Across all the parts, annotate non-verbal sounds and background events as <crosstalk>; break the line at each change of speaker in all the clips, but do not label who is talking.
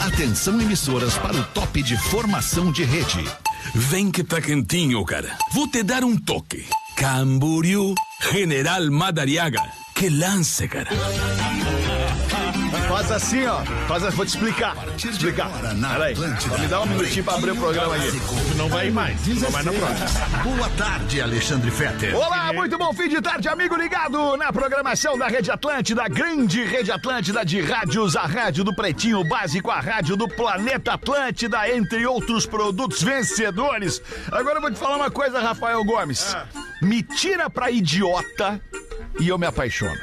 Atenção emissoras para o top de formação de rede.
Vem que tá quentinho, cara. Vou te dar um toque. Camboriú, General Madariaga. Que lance, cara.
Faz assim, ó. Faz assim, vou te explicar. Te explicar.
agora, na
Peraí.
Atlântida.
Só me dá um minutinho pra abrir o programa aqui.
Não vai mais. Não vai na próxima.
Boa tarde, Alexandre Fetter.
Olá, muito bom fim de tarde, amigo ligado na programação da Rede Atlântida, a grande Rede Atlântida de rádios, a rádio do Pretinho Básico, a rádio do Planeta Atlântida, entre outros produtos vencedores. Agora eu vou te falar uma coisa, Rafael Gomes.
Ah.
Me tira pra idiota e eu me apaixono.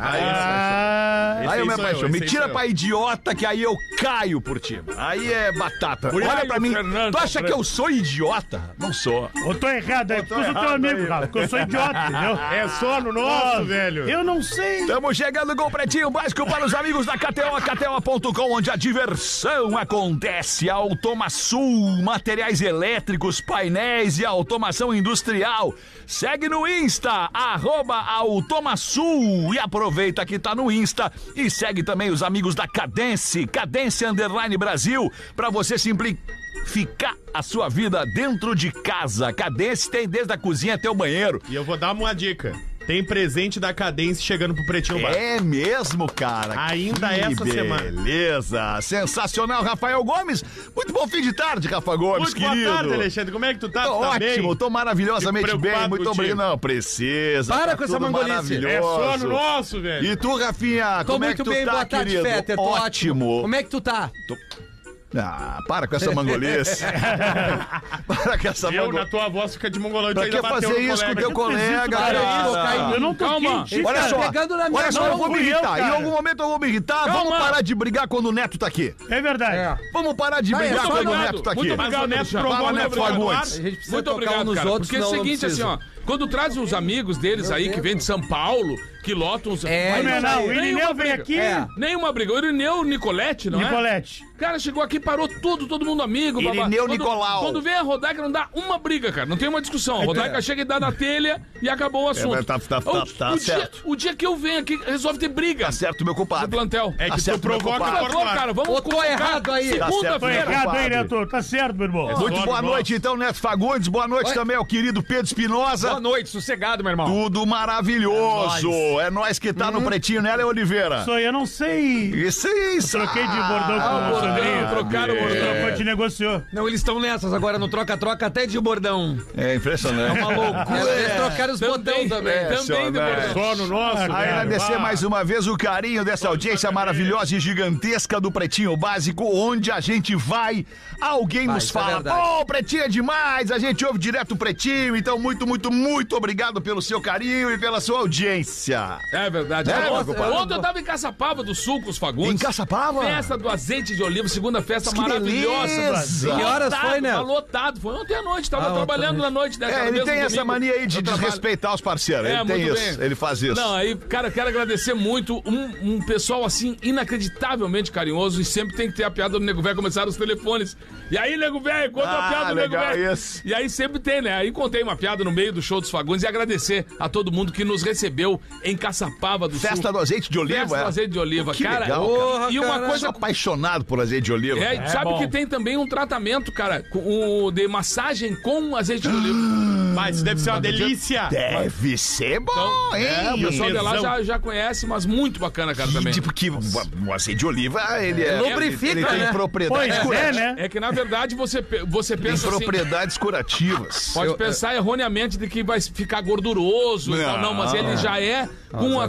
Ah, esse
aí eu me
sou
apaixono.
esse
Me
aí
tira
sou eu.
pra idiota que aí eu caio por ti. Aí é batata.
Olha
Olha
aí,
pra mim.
Fernando,
Tu acha que
Fernando.
eu sou idiota? Não sou.
Eu tô errado aí, porque eu sou teu amigo, cara. Porque eu sou idiota, entendeu?
É sono nosso, velho.
Eu não sei.
Estamos chegando com o Pretinho Básico para os amigos da KTO, KTO.com, onde a diversão acontece. A Automaçul, materiais elétricos, painéis e a automação industrial. Segue no Insta, arroba Automaçul e aproveita que tá no Insta e segue também os amigos da Cadence, Cadence Underline Brasil, para você simplificar ficar a sua vida dentro de casa. Cadence tem desde a cozinha até o banheiro.
E eu vou dar uma dica. Tem presente da Cadence chegando pro Pretinho Básico.
É mesmo, cara.
Ainda
que
essa semana.
Beleza. Sensacional, Rafael Gomes. Muito bom fim de tarde, Rafa Gomes,
Muito
querido.
boa tarde, Alexandre. Como é que tu tá?
Tô
Tu tá
ótimo,
bem?
tô maravilhosamente
Fico
bem.
preocupado
Muito obrigado.
contigo.
Não, precisa.
Para
tá
com essa
tudo
mangolice.
É sono
maravilhoso.
nosso, velho.
E tu, Rafinha,
Tô
como é
muito
que tu
bem,
tá,
boa tarde,
querido?
Fetter. Tô ótimo. Como é que tu tá?
Ah, para com essa mangolice. para com essa
Eu, na
mangolice.
tua voz, fica de mongolão.
Pra que fazer isso com teu colega,
cara.
cara?
Eu não tô
Calma.
quente,
Olha
cara.
só,
pegando na minha
olha só,
mão,
eu vou me
fui eu,
irritar. em
cara.
algum momento eu vou me irritar. Vamos
Calma.
parar de brigar quando o Neto tá aqui.
É verdade.
Vamos parar de
Tá, é
brigar
só
quando o
nada.
Neto tá aqui.
Muito
Mas o
obrigado,
Neto
Neto.
provou
Fala,
o
Neto
Neto
Fagundes.
A gente precisa
Muito
tocar um
obrigado,
nos
cara.
outros,
Porque é o
senão não
seguinte, assim,
precisa.
ó. Quando traz uns amigos deles
Meu
aí,
Deus.
que vem de São Paulo, que lotam os...
É,
Mas
isso
não
aí.
dá
Não, o Irineu
nenhuma
vem
briga.
aqui.
É.
Nenhuma briga. O Irineu Nicolete, não é?
Nicolete.
Cara, chegou aqui, parou tudo, todo mundo amigo. babá.
Irineu
Quando-
Nicolau.
Quando vem a Rodaica, não dá uma briga, cara. Não tem uma discussão. A Rodaica chega e dá na telha e acabou o assunto.
mas tá- tá- tá-
o,
tá
o dia,
certo.
o dia que eu venho aqui, resolve ter briga
Tá certo, meu
no
compadre.
plantel.
É
Tá
que tu
certo,
provoca
meu
Por
a
compadre.
favor, cara, vamos
Ô, tô
convocar
errado aí.
Tá certo,
Tô
meu
Segunda-feira.
errado, hein,
compadre.
Neto? Tá certo, meu irmão.
Muito
Sono
boa
nosso.
noite, então, Neto Fagundes. Boa noite também ao querido Pedro Espinosa.
noite, sossegado, meu irmão.
Tudo maravilhoso. É nós que tá no pretinho, né, Léo Oliveira?
Isso aí eu não sei.
Isso é isso.
Troquei de bordão
Ah,
com o
bordão,
Sandrinho.
trocaram o
O
bordão.
Trocou, te negociou.
É. Não, eles estão nessas agora no troca-troca até de bordão.
É impressionante.
Uma loucura. Eles trocaram os botão também.
Também, também, também do
Impressionante.
bordão.
Sono nosso,
Ah,
velho.
Agradecer
Bah.
mais uma vez o carinho dessa audiência maravilhosa e gigantesca do Pretinho Básico, onde a gente vai, alguém
Vai,
nos
isso é
fala,
verdade.
pô, Pretinho é demais, a gente ouve direto o Pretinho, então muito, muito, muito obrigado pelo seu carinho e pela sua audiência.
É verdade.
É,
Cara,
meu
ontem-
compadre.
ontem eu tava em Caçapava do Sul com os Fagundes.
Em Caçapava?
Festa do azeite de oliva, segunda festa
Que
maravilhosa.
beleza.
Que horas
Lotado,
foi, né?
Tá lotado. Foi ontem à noite, tava
Ah, ontem
trabalhando
à
na noite, né? cara,
É, ele
mesmo
tem essa
domingo.
mania aí de
Eu trabalho.
desrespeitar os parceiros,
É,
ele tem
muito
isso,
bem.
ele faz isso.
Não, é aí, cara, quero agradecer muito um, um pessoal, assim, inacreditavelmente carinhoso e sempre tem que ter a piada do Nego Velho, começaram os telefones. E aí, Nego Velho, conta
Ah,
a piada né, do
legal,
Nego Velho.
isso.
E aí sempre tem, né? Aí contei uma piada no meio do show dos Fagundes e agradecer a todo mundo que nos recebeu em Caçapava do Sul.
Festa do azeite de oliva,
Festa
é.
do azeite de oliva,
Que
cara.
legal,
cara.
E uma
Porra,
Eu sou
coisa.
apaixonado por azeite de oliva.
É, sabe
bom.
que tem também um tratamento, cara, com o, de massagem com azeite de
<gasps>
oliva.
Mas isso deve ser uma delícia.
Deve ser bom,
Então,
hein?
é, o pessoal de lá
tesão.
já, já conhece, mas muito bacana, cara, também.
E, tipo que o o azeite de oliva, ele é.
Lubrifica,
ele, ele tem
né?
propriedades
Pois é,
curativas.
né?
É que, na verdade, você, pe- você
Tem
pensa assim...
propriedades curativas.
Pode pensar erroneamente de que vai ficar gorduroso e tal.
Não.
não, mas ele já é com
mas a
uma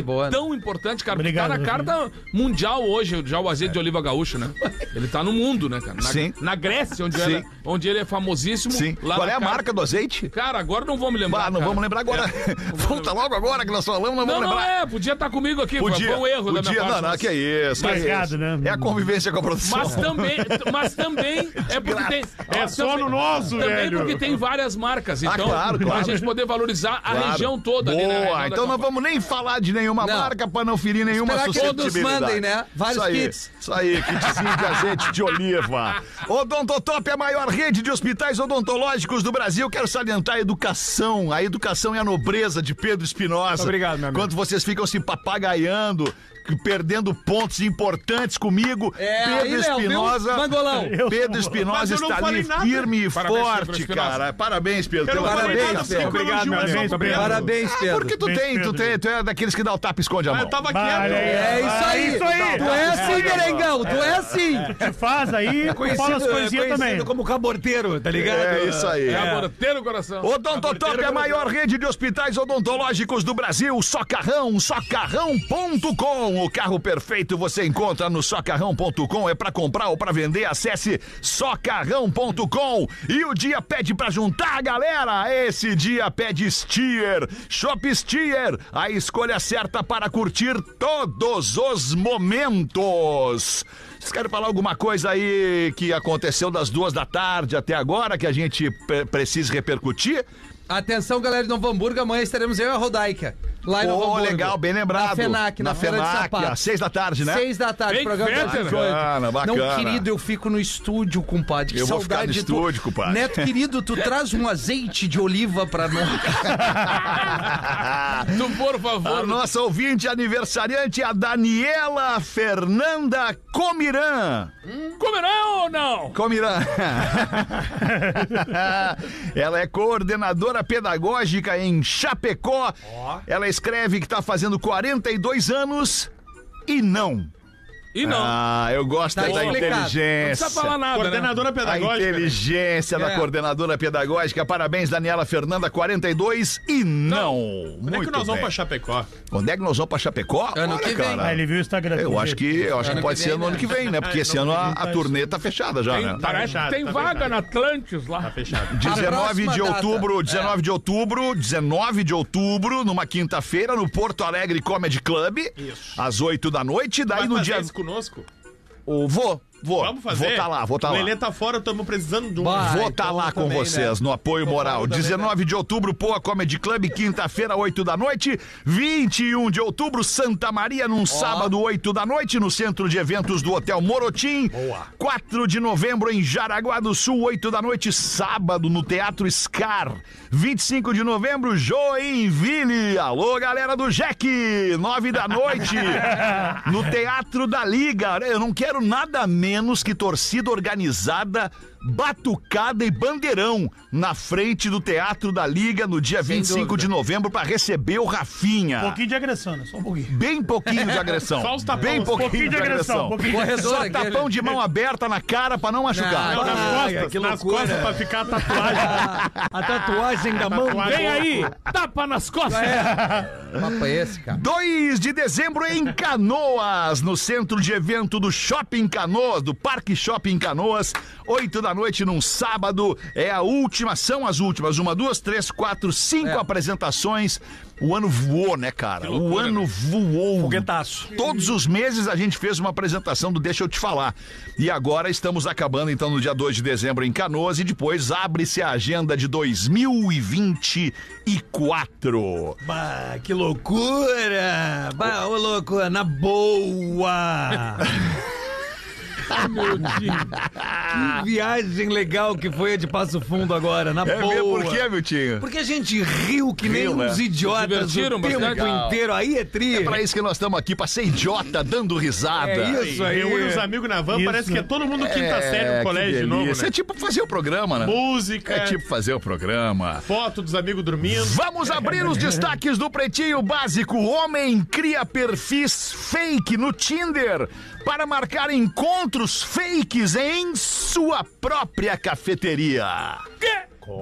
gordurinha é boa, né?
tão importante, cara. porque
Obrigado,
tá na carta mundial hoje, já o azeite de oliva gaúcho, né? Ele tá no mundo, né, cara? Na,
Sim.
na Grécia, onde,
Sim.
ela- onde ele é famosíssimo.
Sim.
lá
Qual
na
é a
carta-
marca do azeite?
Cara, agora não vamos lembrar.
Ah, não
cara. É.
vamos lembrar agora. <laughs> Volta logo agora que nós falamos, não
Não,
vamos
não
lembrar.
é, podia estar comigo aqui, foi-
Podia,
foi um erro da minha
podia,
parte.
não, não,
mas-
que é isso. que é
Mas-
isso.
né?
É a convivência com a produção.
Mas também, mas também é porque tem.
É
mas
sono
também-
nosso,
Também
velho.
porque tem várias marcas, então.
Ah, claro, claro.
Pra gente poder valorizar a
Claro.
região toda
Boa,
ali, né? região da
então não
Copa.
vamos nem falar de nenhuma
Não.
marca pra não ferir nenhuma
Esperar que todos
suscetibilidade.
mandem, né? Vários
isso aí,
kits.
Isso aí, kitzinho de azeite de oliva. Odontotop é a maior rede de hospitais odontológicos do Brasil. Quero salientar a educação, a educação e a nobreza de Pedro Espinosa.
Obrigado, meu amigo. <laughs>
Enquanto vocês ficam se papagaiando, perdendo pontos importantes comigo.
É, aí,
Pedro
Léo, viu?
Espinosa.
Mangolão.
Pedro
Mas
Espinosa
eu não
está
falei
ali
nada.
firme e
Parabéns,
forte,
Pedro Espinosa.
cara. Parabéns, Pedro.
Eu não falei
Parabéns,
nada,
Pedro.
cinco
Obrigado,
elogios,
meu
mas
amigo.
não
Pedro.
Parabéns, Pedro.
Porque tu
Parabéns,
tem, tu
Pedro.
tem, tu é daqueles que dá o tapa e esconde a
Ah,
mão.
eu tava
Vale.
quieto.
É isso
Ah,
aí.
isso aí.
Tu é assim, merengão. Tu é assim.
Te faz aí, fala as coisinhas
é
também.
conhecido como caborteiro, tá ligado?
É isso aí.
É, agora, ter o coração.
Odontotop é a maior rede de hospitais odontológicos do Brasil. Socarrão, socarrão.com. O carro perfeito você encontra no socarrão.com. É pra comprar ou pra vender, acesse socarrão.com. E o dia pede pra juntar, galera. É Esse dia pede Steer. Shop Steer, a escolha certa para curtir todos os momentos. Vocês querem falar alguma coisa aí que aconteceu das duas da tarde até agora que a gente pre- precisa repercutir?
Atenção, galera de Novo Hamburgo, amanhã estaremos eu e a Rodaica. Lá em Novo
Ô,
Hamburgo.
legal, bem lembrado.
Na FENAC, na, Feira de Sapato.
às seis da tarde, né?
Seis da tarde,
Bem
programa das
feta, né?
18.
Bacana, bacana.
Não, querido, eu fico no estúdio, compadre. Que
Eu vou
saudade
ficar no
de tu.
estúdio, compadre.
Neto, querido, tu traz um azeite de oliva
<laughs>
pra nós.
Tu, por favor,
A nossa ouvinte aniversariante é a Daniela Fernanda Comirã.
comerão ou não?
Comirã. <laughs> Ela é coordenadora pedagógica em Chapecó. Ela escreve que está fazendo 42 anos e não.
E não.
Ah, eu gosto
Tá
da
explicado.
não
inteligência.
precisa falar nada, né?
Coordenadora
A
pedagógica. né?
inteligência da
É.
coordenadora pedagógica. Parabéns, Daniela Fernanda, 42 e não.
Como é que
Muito
nós vamos
bem.
pra Chapecó?
Onde é que nós vamos pra Chapecó?
Ano que vem.
Ah, ele viu o Instagram.
Eu
dele.
acho que, eu acho que
Ano
pode
que
ser
vem,
no ano
né?
que vem, né? Porque
Ah,
esse
não,
ano a,
não
a
faz
turnê tá fechada já, né?
Tem, parece
fechado,
que tem
tá
vaga
fechado.
na Atlantis lá.
Tá fechado.
19 de
próxima
outubro,
data.
19 de outubro, 19 de outubro, numa quinta-feira, no Porto Alegre Comedy Club,
Isso.
às 8 da noite, daí
Vai
no
fazer
dia.
isso conosco?
Ô, vou, vou.
Vamos fazer?
Vou tá lá, vou tá lá.
O Lelê tá fora, estamos precisando de um.
Bah. Ah,
Vou estar
então
lá
eu
com
também,
vocês no apoio moral. 19 de outubro, Poa Comedy Club, quinta-feira, 8 da noite. 21 de outubro, Santa Maria, num sábado, 8 da noite, no centro de eventos do Hotel Morotim. 4 de novembro, em Jaraguá do Sul, 8 da noite, sábado, no Teatro Scar. 25 de novembro, Joinville. Alô, galera do Jack! 9 da noite, no Teatro da Liga. Eu não quero nada menos que torcida organizada, batucada e bandeirão na frente do Teatro da Liga no dia 25 de novembro para receber o Rafinha.
Um pouquinho de agressão, né? Só um pouquinho.
Bem pouquinho de
<laughs>
agressão.
Só os tapões.
Bem pouquinho,
pouquinho de agressão, um pouquinho de agressão.
Corredor
Só tapão de mão aberta na cara para não machucar.
Não,
Nas
Ah,
costas,
que
nas
loucura.
costas pra ficar a tatuagem.
A tatuagem
Ah.
da mão.
Tatuagem.
Vem aí, tapa nas costas.
Papo é esse, cara.
2 de dezembro em Canoas, no centro de evento do Shopping Canoas, do Parque Shopping Canoas, 8 da noite num sábado. É a última, são as últimas. Uma, duas, três, quatro, cinco apresentações. O ano voou, né, cara? o ano voou.
Foguetaço.
Todos os meses a gente fez uma apresentação do Deixa Eu Te Falar. E agora estamos acabando, então, no dia 2 de dezembro em Canoas e depois abre-se a agenda de 2024.
Bah, que loucura! Bah, ô louco, na boa! que viagem legal que foi a de Passo Fundo agora, na
É mesmo,
boa!
por quê, Miltinho?
Porque a gente riu que nem
Riu, né?
uns idiotas
Se divertiram
o tempo
bastante.
inteiro, aí é tri.
É pra isso que nós estamos aqui, pra ser idiota, dando risada.
É isso aí.
Reúne os amigos na van,
Isso.
parece que é todo mundo quinta
É,
série no
que
colégio de novo,
delícia.
né?
É tipo fazer o programa, né?
Música,
É tipo fazer o programa.
foto dos amigos dormindo.
Vamos abrir os destaques do Pretinho Básico. Homem cria perfis fake no Tinder para marcar encontros fakes em sua própria cafeteria.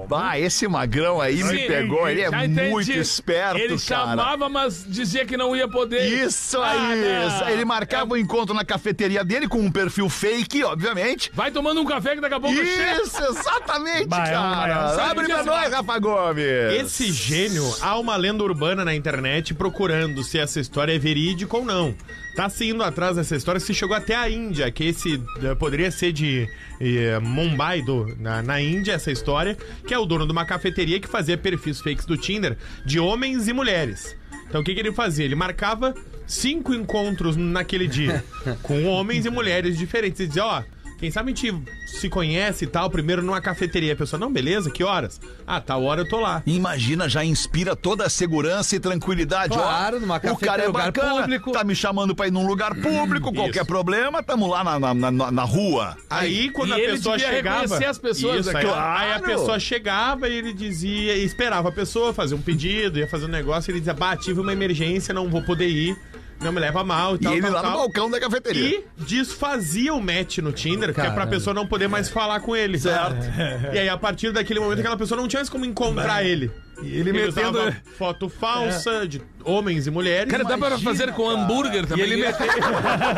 Bah, esse magrão aí me
Sim,
pegou, ele é
já entendi.
muito esperto,
Ele
cara.
chamava, mas dizia que não ia poder.
Isso
Ah,
aí!
não.
Ele marcava o encontro na cafeteria dele com um perfil fake, obviamente.
Vai tomando um café que daqui a pouco eu chego.
Isso, exatamente,
Bah, é um
cara!
maior.
Sabe
Abre
que
pra
esse-
nós, Rafa Gomes!
Esse gênio, há uma lenda urbana na internet procurando se essa história é verídica ou não. Tá se indo atrás dessa história, se chegou até a Índia, que esse eh, poderia ser de eh, Mumbai, do, na, na Índia, essa história, que é o dono de uma cafeteria que fazia perfis fakes do Tinder de homens e mulheres. Então o que, que ele fazia? Ele marcava cinco encontros naquele dia com homens e mulheres diferentes e dizia, ó, Quem sabe a gente se conhece e tal, primeiro numa cafeteria. A pessoa, não, beleza, que horas? Ah, tal hora eu tô lá.
Imagina, já inspira toda a segurança e tranquilidade. Ó,
Claro, numa
o
cafeteria,
cara é
lugar
bacana,
público.
tá me chamando pra ir num lugar público, qualquer problema, tamo lá na, na, na, na rua.
Aí quando
E
a
ele
pessoa
devia
chegava,
reconhecer as pessoas,
isso,
né,
aí,
cara?
aí a
Claro.
pessoa chegava e ele dizia, e esperava a pessoa fazer um pedido, ia fazer um negócio, e ele dizia: "Bah, tive uma emergência, não vou poder ir. Não me leva mal", e
E
tal,
ele
tal,
lá no
tal.
balcão da cafeteria.
E desfazia o match no Tinder, que é pra
Caralho.
pessoa não poder mais falar com ele. Certo. <laughs> E aí, a partir daquele momento, aquela pessoa não tinha mais como encontrar ele. E ele
metendo-
usava foto falsa de homens e mulheres.
Cara, dá pra fazer com hambúrguer também.
ele
né?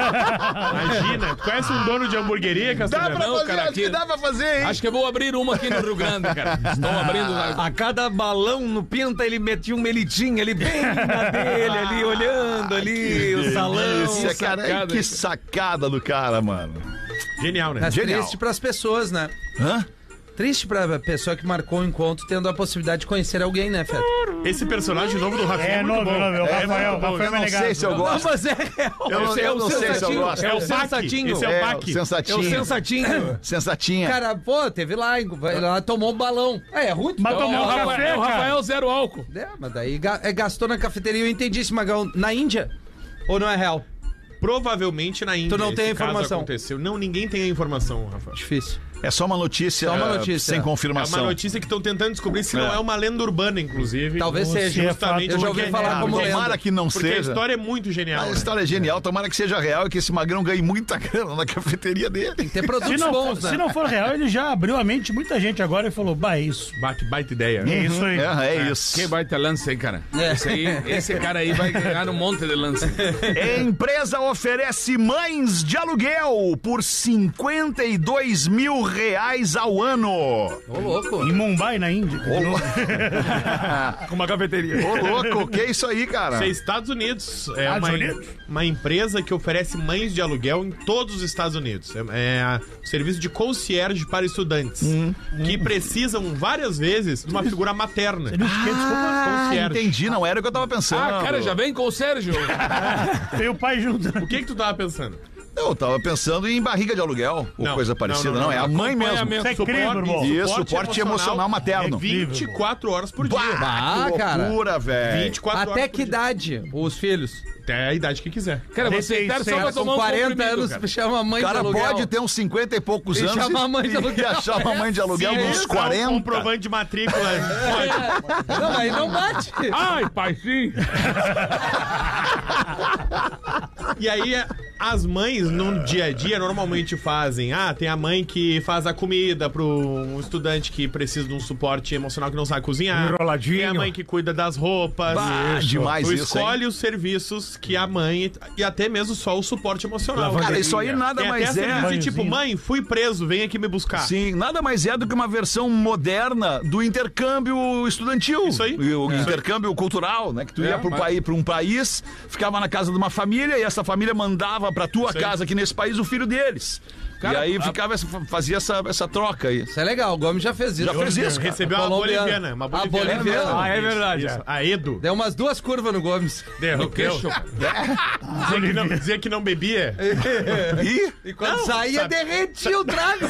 Imagina, tu conhece um dono de hamburgueria, Castelhano?
<laughs>
Não, cara, aqui-
pra fazer,
Acho que eu vou abrir uma aqui no Rio Grande, cara. Estão abrindo lá.
A cada balão no pinta, ele metia um melitinho ali bem na dele,
Ah,
ali, olhando ali, o salão.
Delícia, cara. Ai,
sacada,
que sacada do cara, mano.
Genial, né?
Mas
Genial.
triste pras pessoas, né?
Hã?
Triste pra pessoa que marcou o encontro tendo a possibilidade de conhecer alguém, né, Feta?
Esse personagem novo do Rafinha é,
É,
muito
novo,
bom.
novo, é o Rafael, o Rafael
Eu não sei se eu
Não,
gosto.
mas é real.
Eu não-
Esse é
eu
o
não sei se eu
sensatinho,
gosto.
É
É
o
o Pac,
sensatinho.
esse é o Pac.
É o
sensatinho.
sensatinho.
Sensatinha.
Cara, pô, teve lá, em- vai lá tomou um balão. Ah, é ruim, tu
Mas
toma um
tomou
É o
um
balão.
Rafael,
café,
é o
cara.
Rafael zero álcool.
É, mas daí ga- é, gastou na cafeteria. Eu entendi esse Magrão. Na Índia? Ou não é real?
Provavelmente na Índia.
Tu não tem
esse
a
caso
informação.
Aconteceu. Não, ninguém tem a informação, Rafael.
Difícil.
É só uma notícia,
Só uma notícia.
sem
É uma
confirmação.
notícia que estão tentando descobrir se não
É.
é uma lenda urbana, inclusive.
Talvez seja.
é
Justamente
Eu já
porque-
ouvi falar
né?
Ah,
como
porque-
lenda.
Tomara que não
Porque a
seja.
história é muito genial.
A
né?
história é genial, tomara que seja real e que esse magrão ganhe muita grana na cafeteria dele.
Tem
Se
produtos
não,
bons,
for-
né?
se não for real, ele já abriu a mente de muita gente agora e falou, bah, é isso.
tá-
Bah, que baita ideia.
É isso aí.
É, é isso.
Que baita lance, hein, cara?
É.
Esse, aí, esse cara aí vai ganhar um monte de lance.
Empresa oferece mães de aluguel por 52 mil reais ao ano.
Ô, louco.
Em Mumbai, na Índia.
Com uma cafeteria. Ô, louco, que isso aí, cara?
Isso é Estados Unidos. É
Estados
uma,
Unidos?
uma empresa que oferece mães de aluguel em todos os Estados Unidos. É, é a- o serviço de concierge para estudantes,
Hum.
que precisam várias vezes de uma figura materna.
Ah,
concierge.
entendi, não era o que eu tava pensando.
Ah, cara, já vem com o Sérgio.
Tem o pai junto.
O que que tu tava pensando?
Eu tava pensando em barriga de aluguel, ou
Não,
coisa parecida. Não,
não, não,
é a
não.
mãe mesmo.
Isso
Acompanhamento.
é crime,
Suporte-
irmão.
Isso, suporte emocional materno.
É
né?
24 horas por dia.
Bah,
Ah,
que
cara.
loucura, velho.
24
Até
horas por
que
dia.
idade os filhos?
Até a idade que quiser.
Cara, você tá só pra
Cara,
tomar
com
um
40
comprimido,
anos,
cara.
chama a mãe
O cara
de aluguel.
pode ter uns 50 e poucos
E
anos
chamar a mãe de
e- e
aluguel.
achar uma mãe de aluguel
Sim,
nos
só um
40.
comprovante de matrícula. Pode.
Não, aí não bate.
Ai, pai, sim.
E aí, as mães no dia a dia normalmente fazem. Ah, tem a mãe que faz a comida pro um estudante que precisa de um suporte emocional que não sabe cozinhar.
Enroladinho.
Tem a mãe que cuida das roupas.
Bah, demais
tu
isso,
escolhe os serviços que a mãe e até mesmo só o suporte emocional.
Cara, isso aí nada
Tem até
mais
serviço
é.
de tipo, mãe, fui preso, vem aqui me buscar.
<laughs> Sim, nada mais é do que uma versão moderna do intercâmbio estudantil.
Isso aí.
E O intercâmbio cultural, né? Que tu ia pro
mas-
país, pra um país, ficava na casa de uma família e essa família mandava pra tua casa aqui nesse país o filho deles.
Cara,
e aí
a-
ficava essa- fazia essa, essa troca aí.
Isso é legal, o Gomes já fez isso.
Já fez isso, cara.
Recebeu uma
Colombiano.
boliviana, uma
A
boliviana.
boliviana.
Ah,
é verdade. A Edo.
Deu umas duas curvas no Gomes.
No queixo.
Dizia que não, dizia que não bebia.
Ih,
E quando saía, derretia o trago.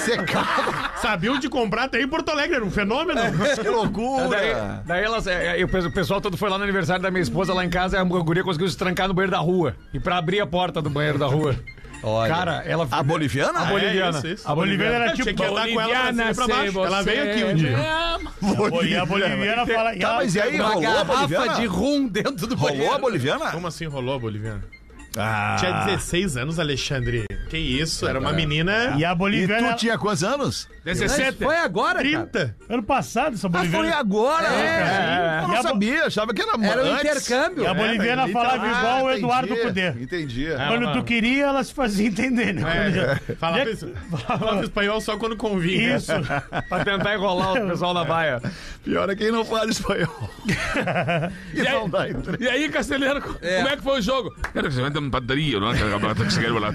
Sabia onde comprar até em Porto Alegre, era um fenômeno.
que loucura!
Daí elas, é, é, eu penso- o pessoal todo foi lá no aniversário da minha esposa lá em casa, e a guria conseguiu se trancar no banheiro da rua. E pra abrir a porta do banheiro da rua.
Olha.
Cara, ela
A boliviana?
É
a boliviana.
isso, isso.
A boliviana era
Eu tinha
tipo.
que andar com ela pra cima e pra baixo. Ela veio aqui um dia.
é
Pô, e a boliviana fala... e
Tá,
a-
mas e aí,
uma
rolou a
garrafa
boliviana?
de rum dentro do
Rolou a
banheiro.
boliviana?
Como assim rolou, Boliviana?
Ah.
Tinha 16 anos, Alexandre. Que isso, era uma menina
E a
E
boliviana...
tu tinha quantos anos?
17.
Foi agora, cara.
30.
Ano passado, essa boliviana...
agora!
É,
né?
cara.
Eu
E
não
a bo-
sabia, achava que era antes. Ah,
Era o intercâmbio.
E a boliviana falava
ah,
igual o Eduardo Cudê. É.
Entendi.
Quando tu queria, ela se fazia entender, né?
<laughs>
Quando já-
Falava,
Já-
es- falava espanhol só quando convinha.
Isso.
Pra tentar enrolar o pessoal na baia.
Pior é quem não fala espanhol. e
aí-
não dá entrevista.
E aí, Castelheiro, como é que foi o jogo? Cara, você vai ter uma padaria, não? é?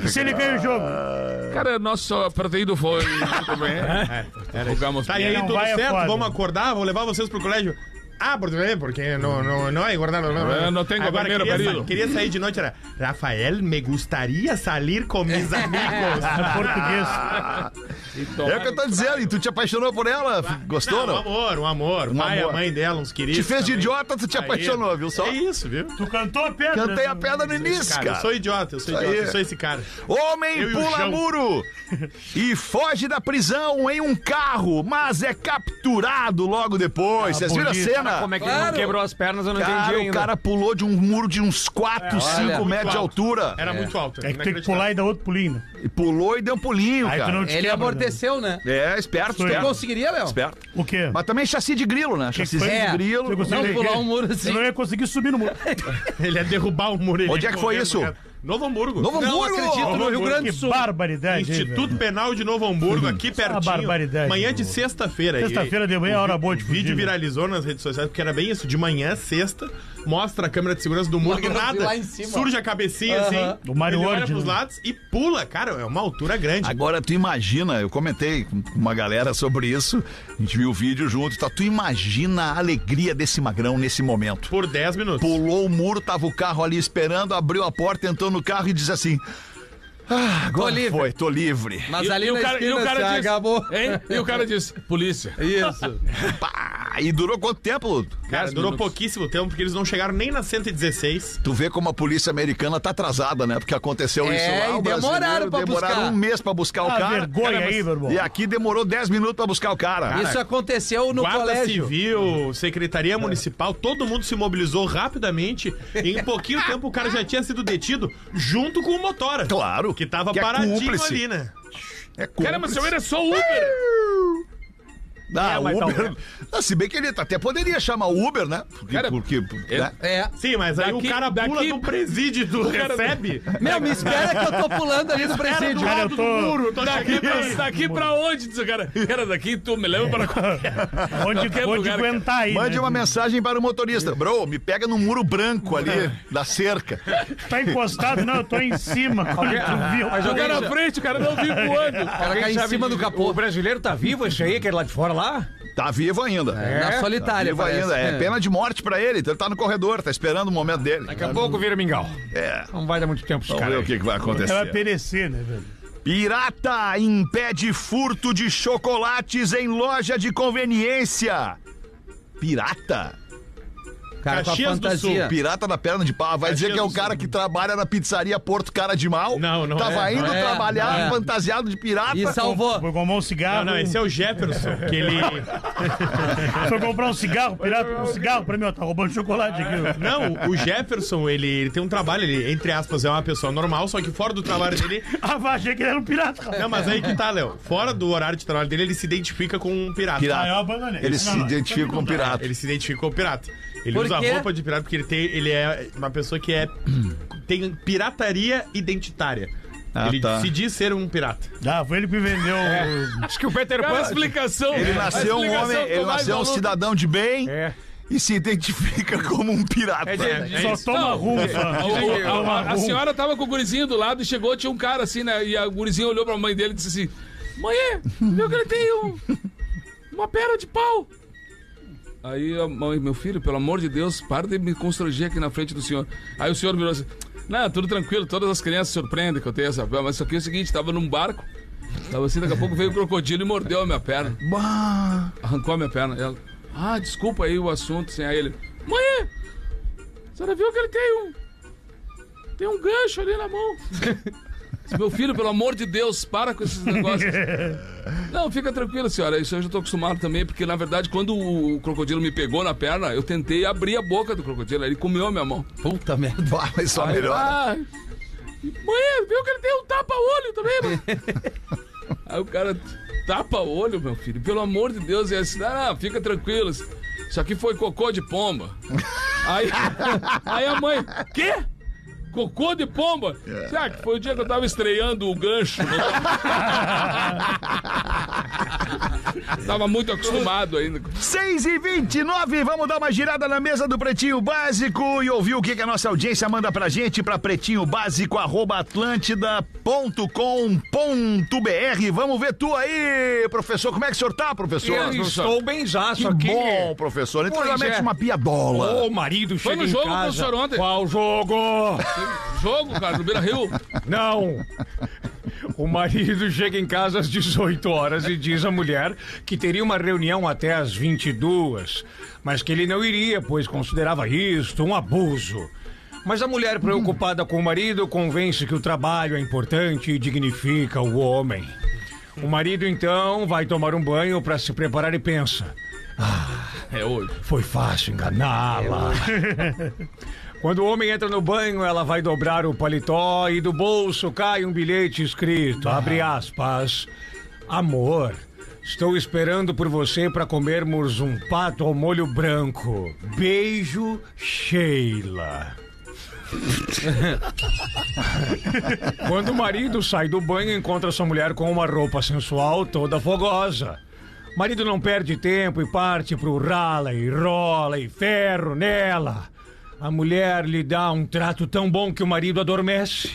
Se ele ganha o jogo. é
Cara, nosso partido foi muito né? bem. Jogamos
É.
Tá, e
bem.
aí,
Não
tudo
vai, é
certo?
foda.
Vamos acordar? Vou levar vocês pro colégio? Ah, porque, porque não, não, não é engordar. Não,
Eh, no tengo
Agora,
dinero,
queria, sa-
querido.
queria sair de noite, era... Rafael, me gostaria salir com mis amigos.
É português.
É o que eu tô dizendo, e tu te apaixonou por ela? Gostou,
Não, um
não?
amor, um amor.
Um
pai,
amor.
a mãe dela, uns queridos.
Te fez de
também.
idiota, tu te
Aí.
apaixonou, viu só?
É isso, viu?
Tu cantou a pedra.
Cantei a
né?
pedra no início,
Cara, eu
cara.
sou idiota, eu sou
Isso
idiota,
aí.
eu sou esse cara.
Homem
Eu e o
pula
João.
muro e foge da prisão em um carro, mas é capturado logo depois. Vocês viram a
bonito.
cena?
Como é que ele
Claro.
não quebrou as pernas, eu não
Cara,
tá
entendi
o
ainda.
cara pulou de um muro de uns 4, 5
muito
metros de
alto.
altura.
Era muito alto.
É que tem que pular e dar outro pulinho. né?
E pulou e deu um pulinho,
Aí tu
cara.
não te
Ele
quebra, né?
amorteceu, né?
É, esperto,
Sou eu.
esperto.
Conseguiria, Léo?
Esperto.
O quê?
Mas também chassi de grilo, né? Chassi
foi?
de
É.
grilo.
Eu gostei
Não
de-
pular um muro
Eu
assim.
não ia conseguir subir
<laughs>
no muro.
Ele ia derrubar o muro. ele
Onde
ia
é que foi
correr,
isso?
cara. Novo Hamburgo.
Novo
Não
Hamburgo!
acredito no Rio Grande
Que
do Sul.
barbaridade. hein, velho?
Instituto Penal de Novo Hamburgo, aqui pertinho.
barbaridade.
Manhã de sexta-feira. E-
Sexta-feira de manhã é hora boa de
O vídeo
fugir, né?
viralizou nas redes sociais, porque era bem isso. De manhã, sexta, mostra a câmera de segurança do muro do nada.
lá em cima.
Surge a cabecinha assim.
Do Mario
ele olha
World,
pros
né?
lados e pula. Cara, é uma altura grande.
Agora tu imagina, eu comentei com uma galera sobre isso, a gente viu o vídeo junto, e tal. tu imagina a alegria desse magrão nesse momento.
Por 10 minutos.
Pulou o muro, tava o carro ali esperando, abriu a porta, entrou no carro e diz assim: "Ah, agora
livre."
foi, tô livre.
Mas
E-
ali
e
na
o cara, e
esquina
o cara
se
disse,
acabou.
Hein? E o cara disse, polícia.
Isso.
Ah,
Pá, e durou quanto tempo?
Cara,
Dez
durou
minutos.
pouquíssimo tempo, porque eles não chegaram nem na 116.
Tu vê como a polícia americana tá atrasada, né? Porque aconteceu
É,
isso lá. o
e demoraram
brasileiro
pra
demoraram
buscar.
um mês pra buscar o
Ah,
cara.
vergonha
Cara, mas-
aí, meu irmão.
E aqui demorou 10 minutos pra buscar o cara.
Isso aconteceu no
Guarda
colégio.
Civil, Secretaria Municipal, todo mundo se mobilizou rapidamente. em pouquinho tempo o cara já tinha sido detido junto com o motora.
Claro.
Que tava
Que é
paradinho
cúmplice.
ali, né?
É cúmplice.
Cara, mas seu era só Uber.
Ah,
É, mas tá
Uber.
bom.
Ah, se bem que ele até poderia chamar o Uber, né? Porque.
Cara,
porque né?
É.
Sim, mas aí
Daqui-
o cara pula
daqui-
do presídio, tu recebe?
Meu, me espera que eu tô pulando ali no
Era do
presídio.
Cara, eu
lado do
tô-
muro,
Tá
tô
Daqui
chegando.
pra, daqui pra onde? Diz o cara. Cara, daqui tu me leva pra qualquer.
Onde
Qualquer
onde
lugar, cara.
aguentar aí,
Mande
né?
uma mensagem para o motorista. Bro, me pega no muro branco ali, da cerca.
Tá encostado, não, eu tô em cima. Quando tu viu,
Mas
Jogar
alguém
na
já-
frente, o cara não viu voando.
cara
alguém
cai em
sabe
cima do
de-
capô.
O brasileiro tá vivo, esse aí, que era lá de fora lá?
Tá vivo ainda. É.
Na
Tá
solitária,
vivo
parece.
ainda. É pena de morte pra ele. Então ele tá no corredor, tá esperando o momento dele.
Daqui a pouco vira mingau.
É.
Não vai dar muito tempo pros
Vamos ver o
caras.
que, que vai
ela vai
acontecer.
perecer, né, velho?
Pirata impede furto de chocolates em loja de conveniência. Pirata?
Cara, com a
Caxias do
fantasia.
Pirata da perna de pau. Vai dizer que é o cara que trabalha na pizzaria Porto Cara de Mal?
Não, não
Tava
é,
indo
não
é,
trabalhar
não é.
fantasiado de pirata.
E salvou.
Foi comprar um cigarro.
Não, não, esse é o Jefferson, que ele...
Foi comprar um cigarro, pirata, um cigarro pra mim, ó. Tá roubando chocolate aqui, velho.
Não, o Jefferson, ele, ele tem um trabalho, ele, entre aspas, é uma pessoa normal, só que fora do trabalho dele...
Ah, vai, achei que ele era um pirata. rapaz.
Não, mas aí que tá, Léo. Fora do horário de trabalho dele, ele se identifica com um pirata.
Ah, eu
Pirata.
abandonei.
Ele
Não,
se
não,
identifica com
também não dá.
pirata.
Ele se identificou pirata. Ele
Por
usa
quê?
roupa de pirata porque ele, tem, ele é uma pessoa que é tem pirataria identitária.
Ah,
ele
tá.
se diz ser um pirata.
Ah, foi ele que me vendeu.
É.
Acho que o Peter
Cara, a
Pan...
É. explicação.
Ele nasceu um homem, ele nasceu um cidadão de bem
É.
e se identifica como um pirata.
É
Só
isso.
toma
Não.
<laughs> rufa.
O- o-
Toma
a, a- a
rufa.
senhora tava com o gurizinho do lado e chegou, tinha um cara assim, né? E a gurizinha olhou pra mãe dele e disse assim: Mãe, eu que ele tem um, uma pera de pau. Aí a mãe, meu filho, pelo amor de Deus, para de me constranger aqui na frente do senhor. Aí o senhor virou assim: Não, tudo tranquilo, todas as crianças surpreendem que eu tenho essa pera, mas isso aqui é o seguinte: tava num barco, tava assim, daqui a pouco veio o crocodilo e mordeu a minha perna. Arrancou a minha perna. Ela, ah, desculpa aí o assunto, sem aí ele. Mãe, a senhora viu que ele tem um. Tem um gancho ali na mão. Disse, <laughs> Meu filho, pelo amor de Deus, para com esses negócios. Não, fica tranquila, senhora. Isso eu já tô acostumado também, porque na verdade, quando o crocodilo me pegou na perna, eu tentei abrir a boca do crocodilo. aí Ele comeu a minha mão.
Puta merda.
Bah, mas só
Aí,
melhor.
ah, mãe, viu que ele tem um tapa-olho também, mano? <laughs> Aí o cara, tapa-olho, meu filho, pelo amor de Deus. E assim, não, não, fica tranquilo. <laughs> Isso aqui foi cocô de pomba. Aí, aí a mãe, quê? Cocô de pomba?
É.
Será que foi o dia que eu tava estreando o gancho? <laughs> tava muito acostumado ainda.
6 e 29 vamos dar uma girada na mesa do Pretinho Básico e ouvir o que, que a nossa audiência manda pra gente pra pretinhobásico.atlântida.com.br. Vamos ver tu aí, professor. Como é que o senhor tá, professor?
Eu estou bem já,
Que
só que...
bom, professor. Então
Pois
já mete
é.
uma piadola.
O marido
Foi
chega
no
em
jogo,
casa.
professor, ontem.
Qual jogo?
Jogo, cara, no Beira Rio.
Não! O marido chega em casa às 18 horas e diz à mulher que teria uma reunião até às 22, mas que ele não iria, pois considerava isto um abuso. Mas a mulher, preocupada com o marido, convence que o trabalho é importante e dignifica o homem. O marido, então, vai tomar um banho para se preparar e pensa: "Ah,
É hoje. É
foi fácil enganá-la. Quando o homem entra no banho, ela vai dobrar o paletó e do bolso cai um bilhete escrito, abre aspas, amor, estou esperando por você para comermos um pato ao molho branco. Beijo, Sheila. Quando o marido sai do banho, encontra sua mulher com uma roupa sensual toda fogosa. Marido não perde tempo e parte pro rala e rola e ferro nela. A mulher lhe dá um trato tão bom que o marido adormece.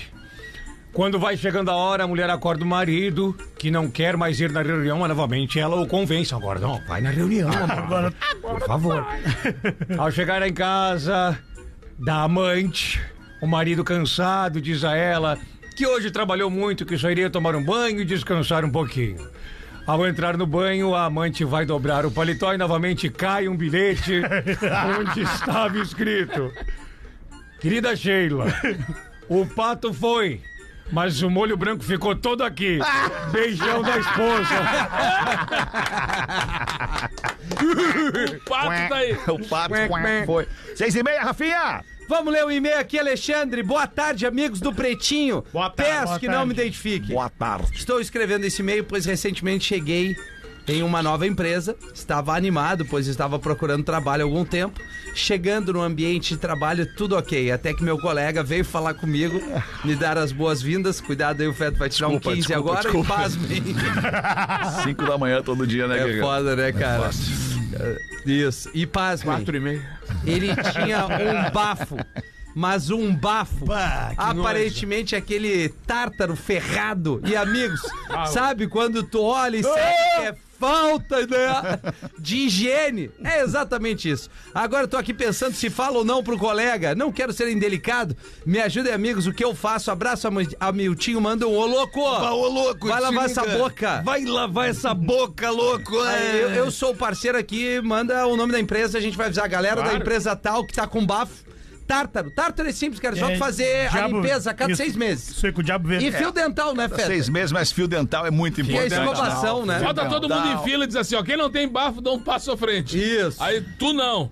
Quando vai chegando a hora, a mulher acorda o marido, que não quer mais ir na reunião, mas novamente ela o convence. Agora, não, vai na reunião, amor.
Agora,
Por favor. Ao chegar em casa da amante, o marido cansado diz a ela que hoje trabalhou muito, que só iria tomar um banho e descansar um pouquinho. Ao entrar no banho, a amante vai dobrar o paletó e novamente cai um bilhete onde estava escrito: Querida Sheila, o pato foi, mas o molho branco ficou todo aqui. Beijão da esposa.
O
é?
pato tá aí.
É O pato foi. Seis e meia, Rafinha!
Vamos ler o e-mail aqui, Alexandre. Boa tarde, amigos do Pretinho.
Boa tarde.
Peço
Boa
que
tarde.
não me identifique.
Boa tarde.
Estou escrevendo esse e-mail, pois recentemente cheguei em uma nova empresa. Estava animado, pois estava procurando trabalho há algum tempo. Chegando no ambiente de trabalho, tudo ok. Até que meu colega veio falar comigo, me dar as boas-vindas. Cuidado aí, o Feto vai tirar
Desculpa,
um 15
desculpa,
agora
desculpa.
e pasmem.
Cinco da manhã todo dia, né,
É
Guerreiro?
foda, né, cara? É, Isso. E pasmem.
e meio.
Ele tinha um bafo. Mas um bafo.
Bah, que
Aparentemente aquele tártaro ferrado. E amigos, sabe quando tu olha e sente que é falta né, de higiene? É exatamente isso. Agora eu tô aqui pensando se falo ou não pro colega. Não quero ser indelicado. Me ajudem, amigos, o que eu faço? Abraço a Mi- a Miltinho, manda um ô louco.
ô, louco,
Vai
te
lavar
liga.
essa boca.
Vai lavar essa boca, louco! é.
Aí,
É.
Eu, eu sou o parceiro aqui, manda o nome da empresa, a gente vai avisar a galera da empresa tal que tá com bafo. Tártaro. Tártaro é simples, cara. É só
É,
tu fazer
diabo-
a limpeza a cada
isso. É.
seis meses.
Isso aí que o diabo vê.
E fio dental, né, Feta?
Seis meses, mas fio dental é muito
E a
importante.
escovação, né?
Bota todo mundo
Não.
em fila e diz assim, ó, quem não tem bafo, dá um passo à frente.
Isso.
Aí tu não.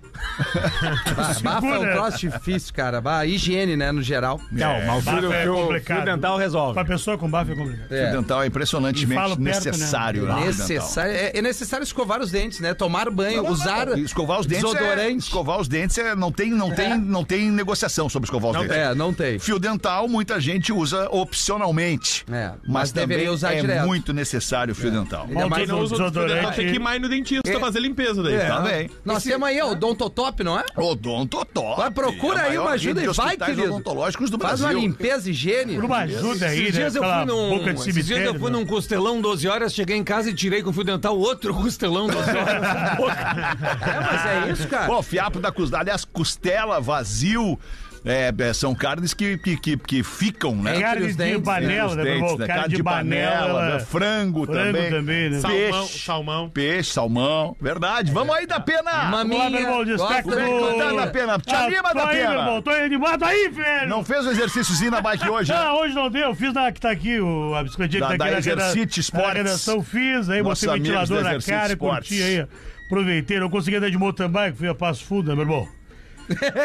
Bah, Bafo é um
Segura.
troço difícil, cara. Bah, higiene, né, no geral.
Não, mas é
O fio- fio- fio dental resolve.
Pra pessoa com bafo é complicado.
Fio
É.
dental é
E falo
impressionantemente
perto, né?
necessário. né? fio dental.
Necessário, é, é necessário escovar os dentes, né? Tomar banho, usar.
Escovar os dentes. É,
Desodorante.
escovar os dentes é, não, tem, não, tem, não tem negociação sobre escovar os dentes.
É, não tem.
Fio dental, muita gente usa opcionalmente.
É,
mas,
mas
também
deveria usar
é
direto. É.
muito necessário o fio dental.
Ainda
Bom,
mais
quem não
no
usa
Então tem que ir
desodorante.
mais no dentista fazer limpeza daí.
Tá bem.
É. Nós temos aí, ó, o Dontotop, não é?
Odontotop.
Vai, procura
a
aí
É maior
uma ajuda
rede
e
de
vai,
hospitais
querido.
odontológicos do
Faz uma
Brasil.
higiene. higiene.
Uma ajuda aí,
Esses
né?
dias, eu
Aquela
fui num,
boca de
esses dias eu
cemitério.
fui
né?
num costelão 12 horas, cheguei em casa e tirei com fio dental outro costelão 12 <laughs> horas.
É, mas é isso, cara.
Bom, fiapo da costela, aliás, costela, vazio, é, é, são carnes que, que, que, que ficam, né?
entre
Carne
os
de
dentes,
banela, né?
Dentes,
meu irmão?
né?
Carne de Ah, banela.
né? frango,
Frango
também.
também, né?
Salmão,
Peixe.
salmão.
Peixe, salmão. Verdade. Vamos aí da pena.
Vamos lá, meu irmão, destaque
gosta de
do-
comer.
Tá na pena. Te anima
Ah, tô
da
aí,
pena.
meu irmão, tô aí animado aí, velho.
Não fez o exercíciozinho na bike
<laughs>
hoje? né?
Ah, hoje não deu, eu fiz na que tá aqui, o, a biscoitinha
Da-
que tá aqui
da
na reda-
Exercite Esportes.
na redação, fiz, aí
Nossos
botei
amigos
o ventilador
da
na
Exercite
cara,
Esportes. <laughs>
curti aí. Aproveitei, não consegui andar de mountain bike, fui a Passo Fundo, né, meu irmão?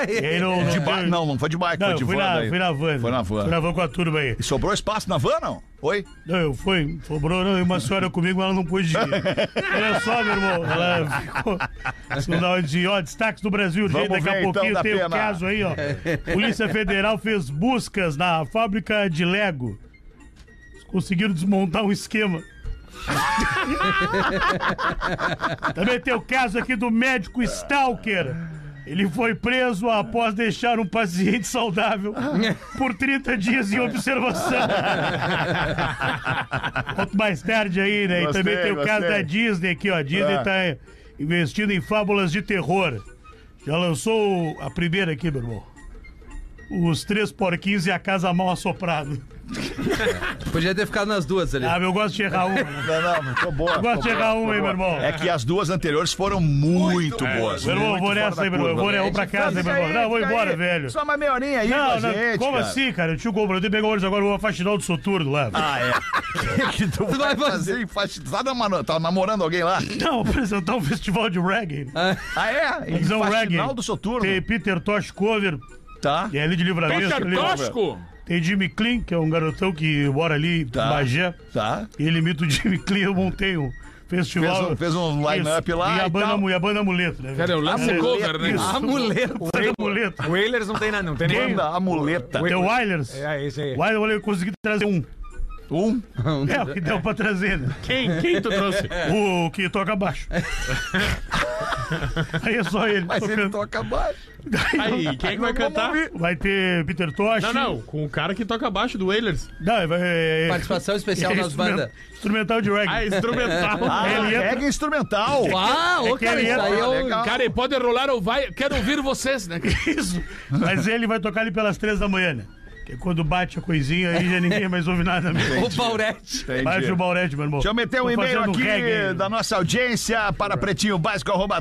E aí não, não,
De ba... Não, não foi de bike,
É. Não,
foi
eu
de
fui
van.
na,
daí.
fui na van.
Foi na van.
Fui na van com a turma aí.
E sobrou espaço na van, não? Oi?
Não, eu fui, sobrou, não, e uma senhora comigo, ela não
<laughs>
pôde ir. Olha só, meu irmão, ela ficou. Isso não dá onde ir, ó, destaques do Brasil,
Vamos
gente, daqui
ver,
a
então,
pouquinho
da
tem o
pena.
caso
<laughs>
aí, ó. Polícia Federal fez buscas na fábrica de Lego. Conseguiram desmontar um esquema. Também tem o caso aqui do médico Stalker. Ele foi preso após deixar um paciente saudável por 30 dias em observação. Quanto mais tarde aí, né?
Gostei,
e também tem o caso
gostei.
da Disney aqui, ó. A Disney
Ah.
tá investindo em fábulas de terror. Já lançou a primeira aqui, meu irmão. Os Três Porquinhos e a Casa Mal Assoprada.
Podia ter ficado nas duas ali.
Ah, meu, eu gosto de errar uma. né?
Não, não, ficou boa.
Eu gosto de errar uma, hein, meu irmão. é.
É que as duas anteriores foram muito, boas.
Meu irmão, eu
muito
vou
fora
nessa
da
aí, meu irmão. Eu
curva.
vou, né, eu vou pra casa, hein, meu irmão. Não, eu vou embora, velho.
Só uma meia horinha É aí
Não,
com a
não,
gente,
como
cara.
assim, cara? Eu tinha o comprado, eu peguei hoje agora, eu vou faxinar do Soturno lá.
Ah, é. O <laughs> que, que tu vai
vai
fazer? Enfaixizada, mano? Tá namorando alguém lá?
Não, apresentar um festival de reggae.
Ah, é?
Eles são reggae.
Faxinal do Soturno.
Tem Peter Tosh cover,
Tá.
que é ali de livramento.
Peter
ali.
Tosco!
Tem Jimmy Clean, que é um garotão que mora ali em
Tá.
Bagé.
Tá.
Ele imita o Jimmy Clean, eu montei um
Fez
festival.
um- fez um line-up
Isso.
lá
E
e
a banda,
tal.
mu- e a banda muleta, né?
Cara, é um lance
Isso,
cover, né?
isso.
Amuleto.
Banda muleta.
O Ehlers não tem nada, não tem nem.
Banda, amuleta.
The Wailers.
É, esse aí.
Wilder, eu consegui trazer um.
Um.
É, o que deu pra trazer, né?
Quem, quem tu trouxe?
É.
O que toca baixo. Aí é só ele.
Mas ele
tocando.
toca baixo.
Aí, quem é que vai cantar?
Vai ter Peter Tosh.
Não, não, com o cara que toca abaixo do <laughs> Wailers.
Não, vai. é-
Participação especial
é
nas
instrumen-
bandas.
Instrumental de
Ah, é?
reggae. É
instrumental.
Ah,
Ele entra-
reggae instrumental.
Ah, ô,
é que
cara,
ele
isso
entra-
aí é o...
Legal.
Cara, e pode rolar ou vai. Quero ouvir vocês, né?
<laughs> Isso. Mas ele vai tocar ali pelas três da manhã, né? Porque quando bate a coisinha, aí já ninguém mais ouve nada. mesmo.
O Baurete.
Entendi.
Bate o Baurete, meu irmão.
Deixa eu meter um
Tô
e-mail
fazendo
aqui
reggae.
da nossa audiência para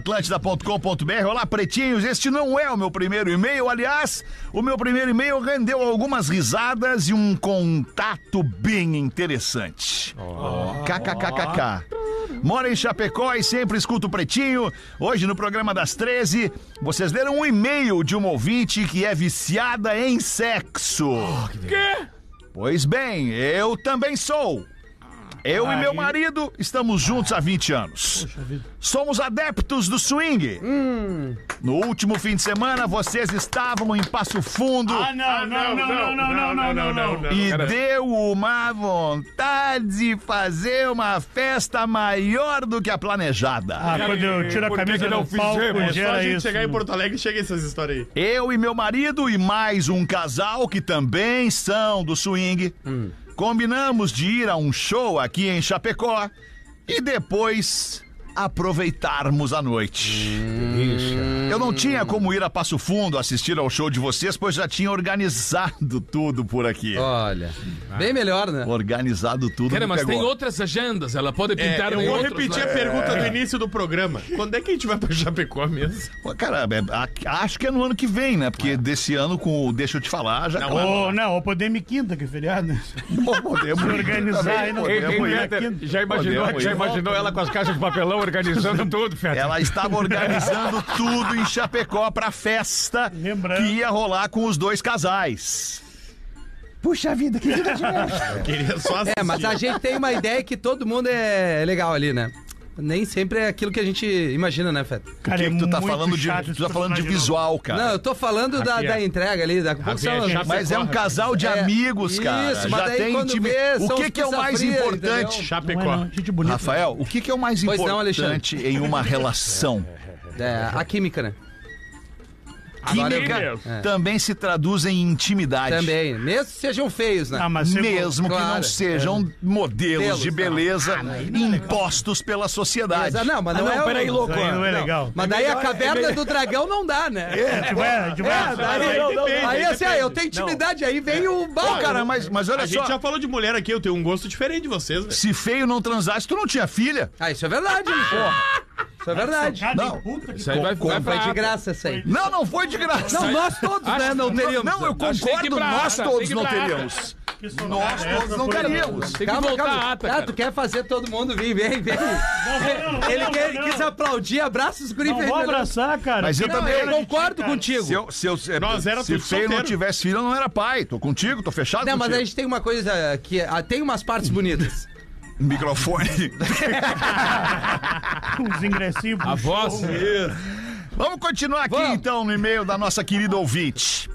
pretinhobásico.atlântida.com.br. Olá, pretinhos. Este não é o meu primeiro e-mail. Aliás, o meu primeiro e-mail rendeu algumas risadas e um contato bem interessante. KKKKK. Mora em Chapecó e sempre escuto o Pretinho. Hoje, no programa das 13, vocês leram um e-mail de uma ouvinte que é viciada em sexo.
Quê?
Pois bem, eu também sou. Eu e meu marido estamos juntos há 20 anos. Somos adeptos do swing.
Hum.
No último fim de semana, vocês estavam em Passo Fundo
Ah, não, não, não, não, não, não, não, não, não.
e deu uma vontade de fazer uma festa maior do que a planejada.
Ah, quando eu tiro a
por que
camisa
que
do
não
palco,
fizemos?
É só a
gera
gente
isso.
chegar em Porto Alegre e chega essas histórias aí.
Eu e meu marido e mais um casal que também são do swing,
Hum.
combinamos de ir a um show aqui em Chapecó e depois aproveitarmos a noite. Eu não tinha como ir a Passo Fundo assistir ao show de vocês, pois já tinha organizado tudo por aqui.
Oh.
Olha, bem melhor, né?
Organizado tudo.
Cara,
me
mas
pegou.
tem outras agendas. Ela pode pintar
É, eu
em
vou
outros né?
repetir a
lados.
pergunta do início do programa. Quando é que a gente vai pra Chapecó mesmo?
Cara, é- a- acho que é no ano que vem, né? Porque desse ano com o Deixa Eu Te Falar já...
Ô, Ah. não, ou podemos ir quinta, que é feriado. né?
podemos
Se
ir
organizar
também,
aí, né? não
podemos
Ei,
Eu
ei,
vou ir
Peter,
aqui.
já imaginou,
Podemos
já
ir.
imaginou ela com as caixas de papelão <laughs> organizando tudo, Feta?
Ela estava
<laughs>
organizando tudo em Chapecó pra festa
Lembrando.
que ia rolar com os dois casais. Puxa vida, que vida
Eu queria só assistir.
É, mas a gente tem uma ideia que todo mundo é legal ali, né? Nem sempre é aquilo que a gente imagina, né, Feta?
Cara,
que,
é
que tu tá
muito
falando de,
chato
tu
esse
tá falando de
personagem novo.
visual, cara.
Não, eu tô falando da, da entrega ali, da pouco são-
Rafinha,
mas é um casal de
É,
amigos, cara.
isso, mas
Já
daí
tem
quando
intimi-
vê,
O
são
que,
os
que é o mais
pizza fria,
importante,
entendeu?
Não é,
Chapecó.
não, gente bonita.
Rafael? O que, que é o mais
Pois não,
importante em uma
<laughs>
relação?
É, a química, né?
Química também se traduz em intimidade.
É, Também. Mesmo que sejam feios, né?
Ah, mas você-
Mesmo que não
Claro.
sejam modelos
Modelos,
de
não.
beleza impostos pela sociedade.
Beleza, Não, mas não,
não,
é o-
peraí, louco.
Isso aí não é legal.
Mas daí a caverna do dragão não dá, né?
A gente vai, a gente vai-
Daí,
não, não, não.
aí assim, ah, eu tenho intimidade, aí vem o
Pô,
bal,
cara, mas, mas olha
É
A
só.
gente é um- já falou de mulher aqui, eu tenho um gosto diferente de vocês, velho.
Se feio não transasse, tu não tinha filha.
Ah, isso é verdade, pô. Isso é verdade.
Cada
Não.
puta que
Isso aí vai, vai
Não foi
pra
de graça isso aí.
Não, não foi de graça.
Não, nós todos, né, não
Não,
teríamos.
não, eu
Acho que tem que ir
concordo,
pra
nós
ata, tem
todos
que ir
não
pra ata.
teríamos.
Nós todos não queríamos.
Tem que voltar a ata,
Ah,
cara.
tu quer fazer todo mundo vir, vem, vem. Ele quer- ele quis aplaudir, abraça os guris.
Não
vem,
vou
vem.
abraçar, cara.
Mas eu
Tira
também-
a
Eu
cara de
concordo
ti, cara.
contigo.
Se eu, se eu, se,
Nós era
se
tudo
feio não
solteiro.
tivesse filho, eu não era pai. Tô contigo, tô fechado
Não, mas a
contigo.
gente tem uma coisa que. ah, tem umas partes bonitas.
Microfone.
Uns ingressinhos pro
A voz.
show.
Vamos continuar aqui
Vamos.
então no e-mail da nossa querida ouvinte.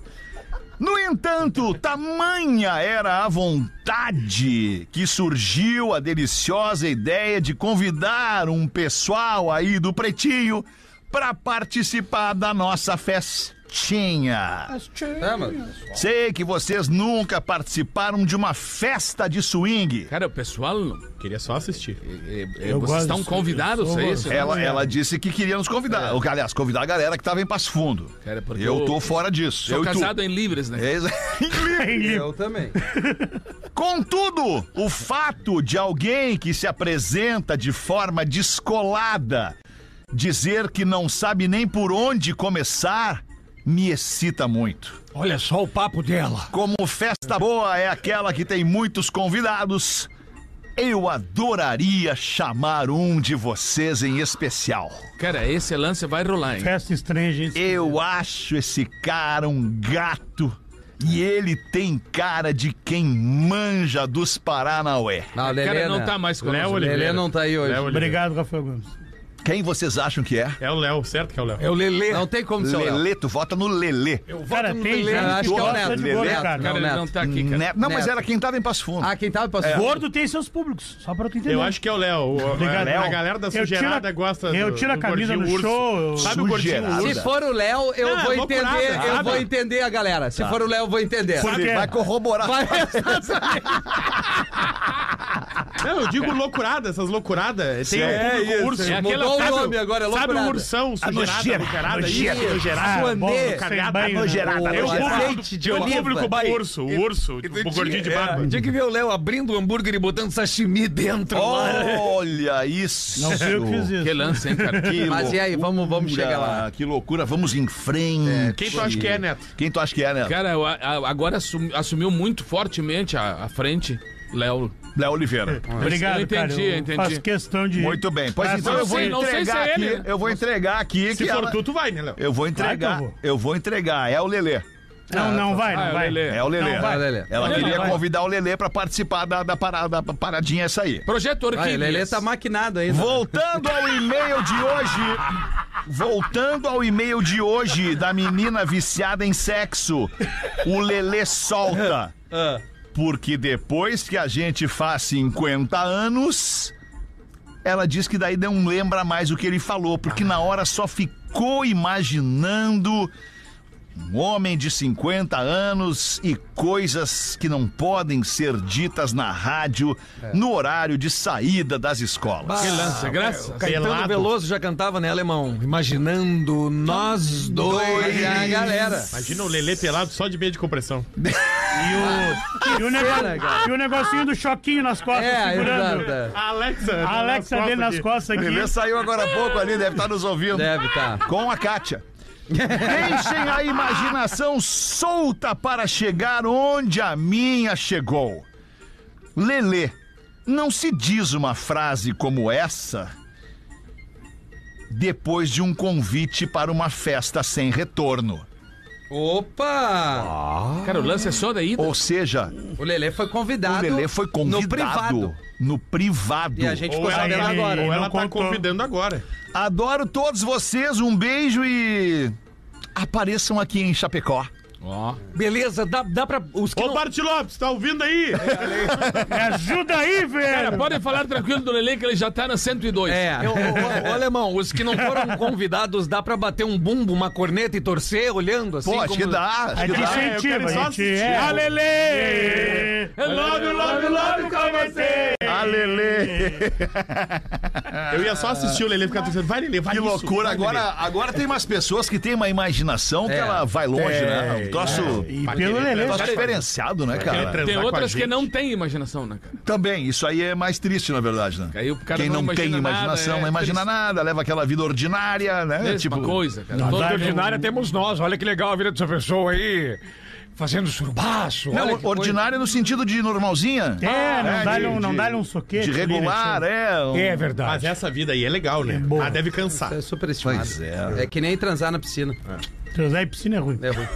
No entanto, tamanha era a vontade que surgiu a deliciosa ideia de convidar um pessoal aí do Pretinho para participar da nossa festinha.
É, mano.
Sei que vocês nunca participaram de uma festa de swing.
Cara, o pessoal, não-
Queria só assistir.
é- é-
Eu
vocês
gosto
estão
disso,
convidados
eu
a
sou
isso?
Ela, ela disse que queria nos convidar.
É.
Aliás, convidar a galera que estava em Passo Fundo.
Cara, porque
Eu tô fora disso.
Sou
eu e tu.
casado em Libras, né?
É isso-
Eu também.
Contudo, o fato de alguém que se apresenta de forma descolada dizer que não sabe nem por onde começar me excita muito.
Olha só o papo dela.
Como festa boa é aquela que tem muitos convidados, eu adoraria chamar um de vocês em especial.
É.
Cara, esse lance vai rolar, hein?
Festa estranha, gente.
Eu acho esse cara um gato e ele tem cara de quem manja dos Paranauê.
Não, Lelê,
cara não
né?
tá mais com
Léo
nós, né?
Oliveira.
Lelê não tá aí hoje.
Léo Oliveira.
Obrigado, Rafael Gomes.
Quem vocês acham que é?
É o Léo, certo que é o Léo.
É o Lelê.
Não tem como ser o Léo.
Lelê, tu vota no Lelê.
Cara, tem
Eu
gente
acho que é o
gosta
Neto.
tá de
Lelê.
gordo,
Neto,
cara.
Cara, ele
Neto.
não tá aqui, cara.
Né- Não, mas É,
Neto.
era quem tava em Passo Fundo.
Ah, quem tava passando?
Gordo tem seus públicos, só pra tu entender.
Eu acho que é o Léo. O-
Obrigado.
A, a galera da
Eu tiro a-
sugerada gosta
eu tiro a camisa
gordinho urso.
no show, eu-
Sabe o gordinho
Sugerada.
urso?
Se for o Léo, eu
Não,
vou
vou
entender,
curar,
eu
sabe?
vou entender a galera.
Tá.
Se for o Léo, eu vou entender.
Por quê?
Vai corroborar.
Vai,
Não, eu digo loucurada, essas loucuradas. Tem
Certo.
o
É
público
isso,
urso.
é
Sabe
aquela- Mudou o
o-
nome agora, é
Sabe o
loucurada.
ursuão, sugerada,
nojeira,
loucurada,
nojeira.
isso, sugerada.
Ah, bom,
Suandê.
sem
Cagada,
banho, né?
Nojerada,
Eu
nojerada.
vou-
Azeite de
Eu
oliva.
público
Vai.
o urso, o urso, o gordinho de barba.
Tinha é que ver o Léo abrindo o hambúrguer e botando sashimi dentro.
Olha isso.
Não sei o que fiz
Que
isso.
lance, hein, cara? Que-
Mas e aí, vamos, vamos
loucura,
chegar lá.
Que loucura, vamos em frente.
Quem tu acha que é, Neto?
Quem tu acha que é, né?
Cara, eu- a- a- agora assumi- assumiu muito fortemente a, a frente, Léo.
Léo Oliveira.
Obrigado,
Eu entendi,
cara.
entendi.
Faço questão de.
Muito bem. Pois
Ah,
então
não
eu vou
sei, não sei se
entregar
é
aqui.
ele.
Eu vou entregar aqui
Se
que
for
ela-
tu, tu vai, né, Léo?
Eu vou entregar.
Vai que eu
Eu
vou.
vou. entregar. É o Lelê.
Não, não vai,
Ah,
não
é o
vai.
Lelê.
É o Lelê.
Não,
vai, Lelê.
Ela
Lelê,
queria
vai.
convidar o Lelê pra participar da, da parada- da paradinha essa aí.
Projeto
Vai,
Orquídea.
Lelê tá maquinado ainda.
Voltando ao e-mail de hoje. Voltando ao e-mail de hoje da menina viciada em sexo, o Lelê solta. Porque depois que a gente faz 50 anos, ela diz que daí não lembra mais o que ele falou, porque na hora só ficou imaginando um homem de 50 anos e coisas que não podem ser ditas na rádio no horário de saída das escolas.
Que lance,
É,
graças.
Caetano
Pelado.
Veloso já cantava, né, alemão? Imaginando nós dois.
E a galera.
Imagina o Lelê pelado só de meia de compressão.
E o, negócio, e o negocinho do choquinho nas
Tá
costas,
É,
segurando.
exato.
A Alexa. tá
A Alexa
nas
dele nas
costas
costas
O
aqui.
Lelê saiu agora há pouco ali, deve estar nos ouvindo.
Deve tá.
Com a Kátia. Deixem a imaginação solta para chegar onde a minha chegou. Lelê, não se diz uma frase como essa depois de um convite para uma festa sem retorno.
Opa!
Ah.
Cara, o lance é só daí.
Ou seja,
O Lelê foi
o
convidado.
Lelê foi
No
convidado
privado.
no privado.
E a gente ficou
Ou ela,
sabendo
ela-
agora.
ou
Ele
ela
não
tá
contou.
convidando agora.
Adoro todos vocês, um beijo e apareçam aqui em Chapecó.
Ó.
Beleza, dá, dá pra. Os que
Ô,
não-
Bart Lopes, tá ouvindo aí?
Me ajuda aí,
Cara,
velho!
podem falar tranquilo do Lelê que ele já tá na 102.
É.
Eu- ô, ô, ô, alemão, os que não
<laughs>
foram convidados, dá pra bater um bumbo, uma corneta e torcer olhando assim?
Pô, acho
como-
que dá. Acho
A
é
que
gente
dá.
eu quero
incentiva,
só
a gente
assistir.
é.
Ah,
Lelê!
É love, love, love com você. Eu ia só assistir o Lelê ficar dizendo, vai Lelê, vai
Que
isso,
loucura.
né,
vai,
Agora, agora tem umas pessoas que têm uma imaginação que
É.
ela vai longe, né?
é.
Um troço,
E pelo
um
Lelê,
troço diferenciado, né, cara?
transar
Tem
com a
outras que
gente.
não têm imaginação, né, cara?
Também, isso aí é mais triste, na verdade, né?
Aí o cara
Quem
não
não, tem
um imagina nada,
imaginação
é
não imagina
triste.
nada, leva aquela vida ordinária, né?
Mesma coisa, cara.
Na
Todo
um-
vida
mundo-
ordinária temos nós. Olha que legal a vida dessa pessoa aí. fazendo surbaço.
Não,
olha que
ordinária no sentido de normalzinha?
É, não
É,
dá-lhe
de-
um, não
de-
dá-lhe um soquete.
De
ali, né,
regular,
que
é. um-
coisa. É
Mas
verdade.
essa vida aí é legal, né?
boa.
Ah, deve cansar.
É super estimado.
Pois é.
é que nem transar na piscina.
chama. Transar em piscina é ruim.
É ruim.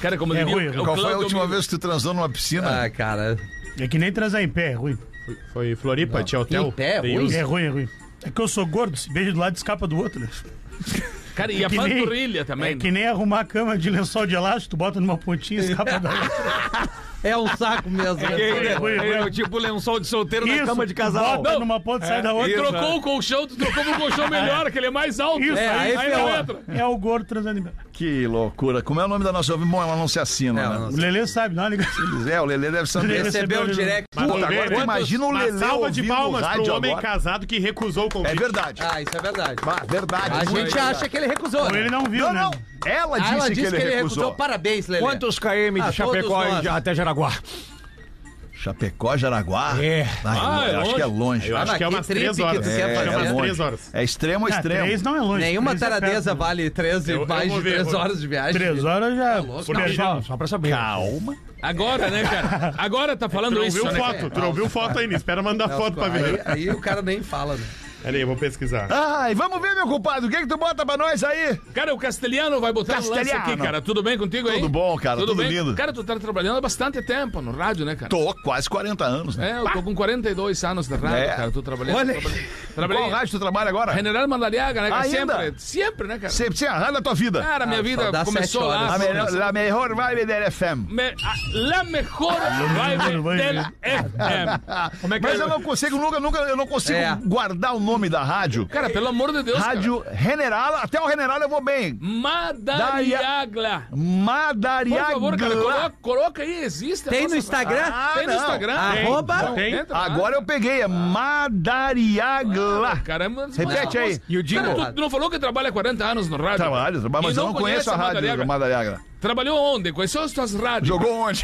Cara, como
É
diria
ruim,
o-
né?
o
Qual foi a
Cláudio
última
Miller.
vez que tu transou numa piscina?
Ah, cara.
É que nem transar em pé, é ruim.
Foi Floripa, tinha hotel.
Em pé,
Daí
ruim?
os-
É ruim, é ruim. É que eu sou gordo, se beijo do lado escapa do outro, né?
Cara, e a
Que nem-
panturrilha também. né?
É que nem arrumar a cama de lençol de elástico, tu bota numa pontinha e escapa da outra.
É um saco mesmo. né?
é ruim, é ruim.
um
tipo lençol de solteiro
Isso, Bota
Não. É,
numa ponta e sai da outra.
isso.
Trocou o colchão, tu trocou pro colchão melhor, que ele é mais alto.
Isso,
É, aí
aí
ferrou.
não entra.
É o gordo transando em pé.
Ah, Que loucura. Como é o nome da nossa ouvinte? Bom, ela não se assina,
Não,
né?
não
O Lelê sabe, dá uma ligação.
É, o Lelê deve saber.
Lelê.
Recebeu o direct.
Puta, agora tu
Quantos-
imagina o
uma
Lelê
salva de
ouvindo
palmas
rádio
pro homem
agora.
casado que recusou o
É
convite.
verdade.
Ah, isso é verdade.
Ah, verdade.
A
muito
gente
verdade.
acha que ele recusou.
Ou ele não viu,
Não,
né?
não. Ela
Ah,
disse,
ela disse
que ele recusou.
Parabéns, Lelê.
Quantos KM
Ah,
de Chapecó
todos nós.
até Jaraguá?
Chapecó, Jaraguá.
É.
Ai,
Ah, é
eu acho
longe.
que é longe.
Eu
Ah,
acho
mas
que é
que
umas
trip
três
que
horas.
tu
É,
quer fazer,
umas
né?
três horas.
É extremo, é
Ah,
extremo.
três não é longe.
Nenhuma
três é perto,
taradeza
né?
vale 13,
Eu- eu
mais
vou
de
ver,
3
eu-
horas de viagem.
Três
Tá
horas já.
louco,
Perdeu.
Ah, Só, só pra saber.
Calma.
Agora, né, cara? Agora tá
Tu
falando
não
isso.
viu
né, cara?
foto, tu não viu foto ainda. Espera mandar
Não,
foto pra
É, aí,
ver.
aí o cara nem fala, né?
Peraí, eu vou pesquisar.
Ai, vamos ver, meu compadre. O que, é que tu bota pra nós aí?
Cara, o Castelhano vai botar um lance aqui,
Castelhano.
cara. Tudo bem contigo aí?
Tudo bom, cara, tudo
bem?
lindo.
Cara, tu tá trabalhando há bastante tempo no rádio, né, cara?
Tô quase 40 anos, né?
É, eu tô com 42 anos de rádio,
É.
cara. Tô trabalhando.
Olha.
trabalhei-
Qual
Trabalhei.
rádio tu trabalha agora?
General Mandariaga, né, cara?
Ainda?
Sempre. Sempre, né, cara?
Sempre sem a rádio da tua vida.
Cara, minha
só
vida
dá
começou
sete horas.
lá.
A melhor, la melhor vibe da FM.
Me, a, la mejor vibe
mejor
del
vibe.
FM.
Mas eu não consigo, nunca, nunca, eu não consigo
É.
guardar o nome da rádio.
Cara, pelo amor de Deus, cara.
Rádio General, até o General eu vou bem.
Madariagla. Por
Madariaga.
favor, cara, coloca, coloca aí, existe. a
Tem
nossa
no Instagram?
Ah,
Tem no
não.
Instagram.
Arroba.
Tem. Entra lá.
Agora eu peguei, é Madariagla.
Caramba, mas-
Repete aí.
E o Dingo?
Cara, tu, tu não falou que trabalha 40 anos no rádio?
Trabalho, trabalho, mas
E
eu não conheço
conhece
a rádio
Madariaga.
Madariaga.
Trabalhou onde? Conheceu as tuas rádios?
Jogou <laughs> onde?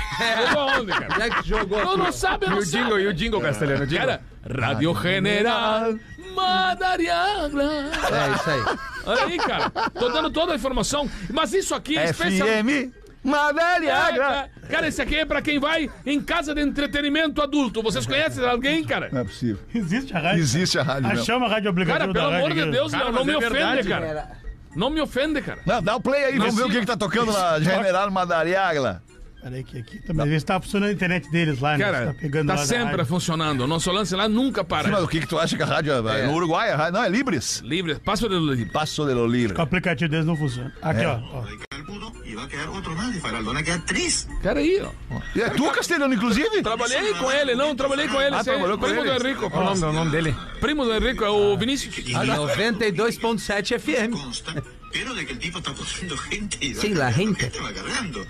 Jogou onde, cara?
Já que jogou
tu não sabe, não
E o
sabe.
Dingo, e o Dingo, Castelhano, o Dingo.
Cara, Rádio General Madariaga.
É isso aí.
Olha aí, cara. Tô dando toda a informação. Mas isso aqui é especial.
FM
É,
Madariaga.
cara. Cara, esse aqui é pra quem vai em casa de entretenimento adulto. Vocês conhecem alguém, cara?
<laughs> Não é possível.
Existe a rádio.
Existe a rádio mesmo.
Achamos a rádio
Cara,
obrigatória
pelo
da
amor
rádio.
de Deus,
Cara,
não, não
mas
me
é
ofende,
verdade,
cara. Não me ofenda, cara.
Não, dá o play aí, vamos
Mas
ver o
se-
que, que tá tocando na General Madariagla.
Peraí que aqui também. Às vezes tá funcionando a internet deles lá, né?
Cara,
tá pegando
tá
lá da
sempre
rádio.
funcionando. O nosso lance lá nunca para.
Mas o que, que tu acha que a rádio é? No Uruguai, a rádio. Não, é Libres.
Livre, passa o livre.
Passo de lo Libre.
O aplicativo deles não funciona.
É.
Aqui, ó. ó.
Uno, y va a quedar otro más, y Faraldona queda tres.
Cara aí, ó.
E é tu, Castelhano, inclusive?
Trabalhei com ele, não, trabalhei com ele.
Ah,
sim.
trabalhou com
primo
ele?
do Henrico. é
Qual o nome, o nome dele?
Primo do Henrico é o Vinícius.
Ah,
92.7 FM.
Consta, pero de que el tipo está poniendo gente y va
Sí, la
cargando
gente.
va cargando.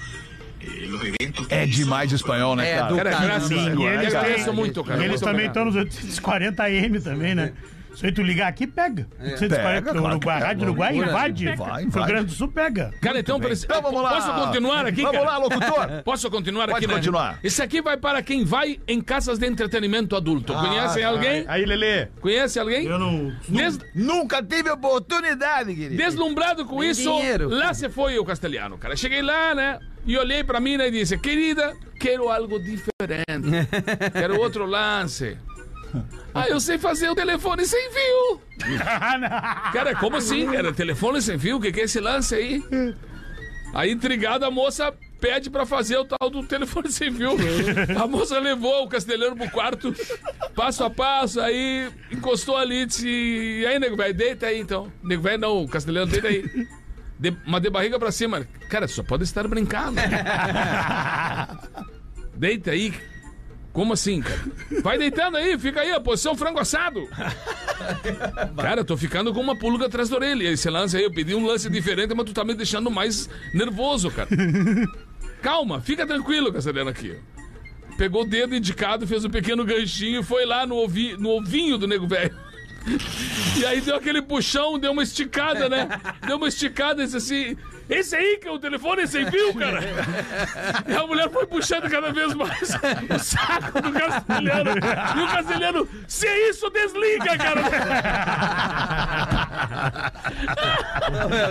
Eh, los eventos que
É
hizo,
demais espanhol, né,
É,
cara?
do
Cara,
caramba.
graças a
Sim, eles
Deus. Eu
têm-
agradeço muito, cara.
E eles
Muito
também
tá-
estão
obrigado.
nos 840 AM também, né? Se tu ligar aqui, pega. 840,
É. Pega, claro que
Uruguai,
pega.
Rádio Uruguai
Loucura,
invade.
né? Vai, invade.
Rio Grande do Sul pega.
Cara, então, preci-
Então vamos lá.
posso continuar aqui,
Vamos
cara?
lá, locutor.
Posso continuar
Pode
aqui, né?
continuar.
Isso aqui vai para quem vai em casas de entretenimento
Ah,
adulto.
tá.
Conhecem alguém?
Aí, Lelê.
Conhece alguém?
Eu não.
Des-
Nunca tive oportunidade, querido.
Deslumbrado com
Nem
isso,
dinheiro.
lá se foi o castelhano, cara. Cheguei lá, né? E olhei pra mina e disse, querida, quero algo diferente. Quero outro lance. Ah, eu sei fazer o telefone sem fio. cara, como assim, cara? Telefone sem fio? O que, que é esse lance aí? Aí, intrigada, a moça pede pra fazer o tal do telefone sem fio. A moça levou o castelhano pro quarto, passo a passo, aí encostou ali e disse... E aí, nego velho, deita aí, então. Nego velho, não, o castelhano, deita aí. De, mas de barriga pra cima. Cara, só pode estar brincando. Deita aí. Como assim, cara? Vai deitando aí, fica aí, a posição frango assado. Cara, eu tô ficando com uma pulga atrás da orelha. Esse lance aí, eu pedi um lance diferente, mas tu tá me deixando mais nervoso, cara. Calma, fica tranquilo, Castelhano, aqui. Pegou o dedo indicado, fez um pequeno ganchinho e foi lá no, ovi- no ovinho do nego velho. E aí deu aquele puxão, deu uma esticada, né? Deu uma esticada, disse assim... Esse aí, que é o telefone é sem fio, cara. E a mulher foi puxando cada vez mais o saco do castelhano. E o castelhano, se é isso, desliga, cara.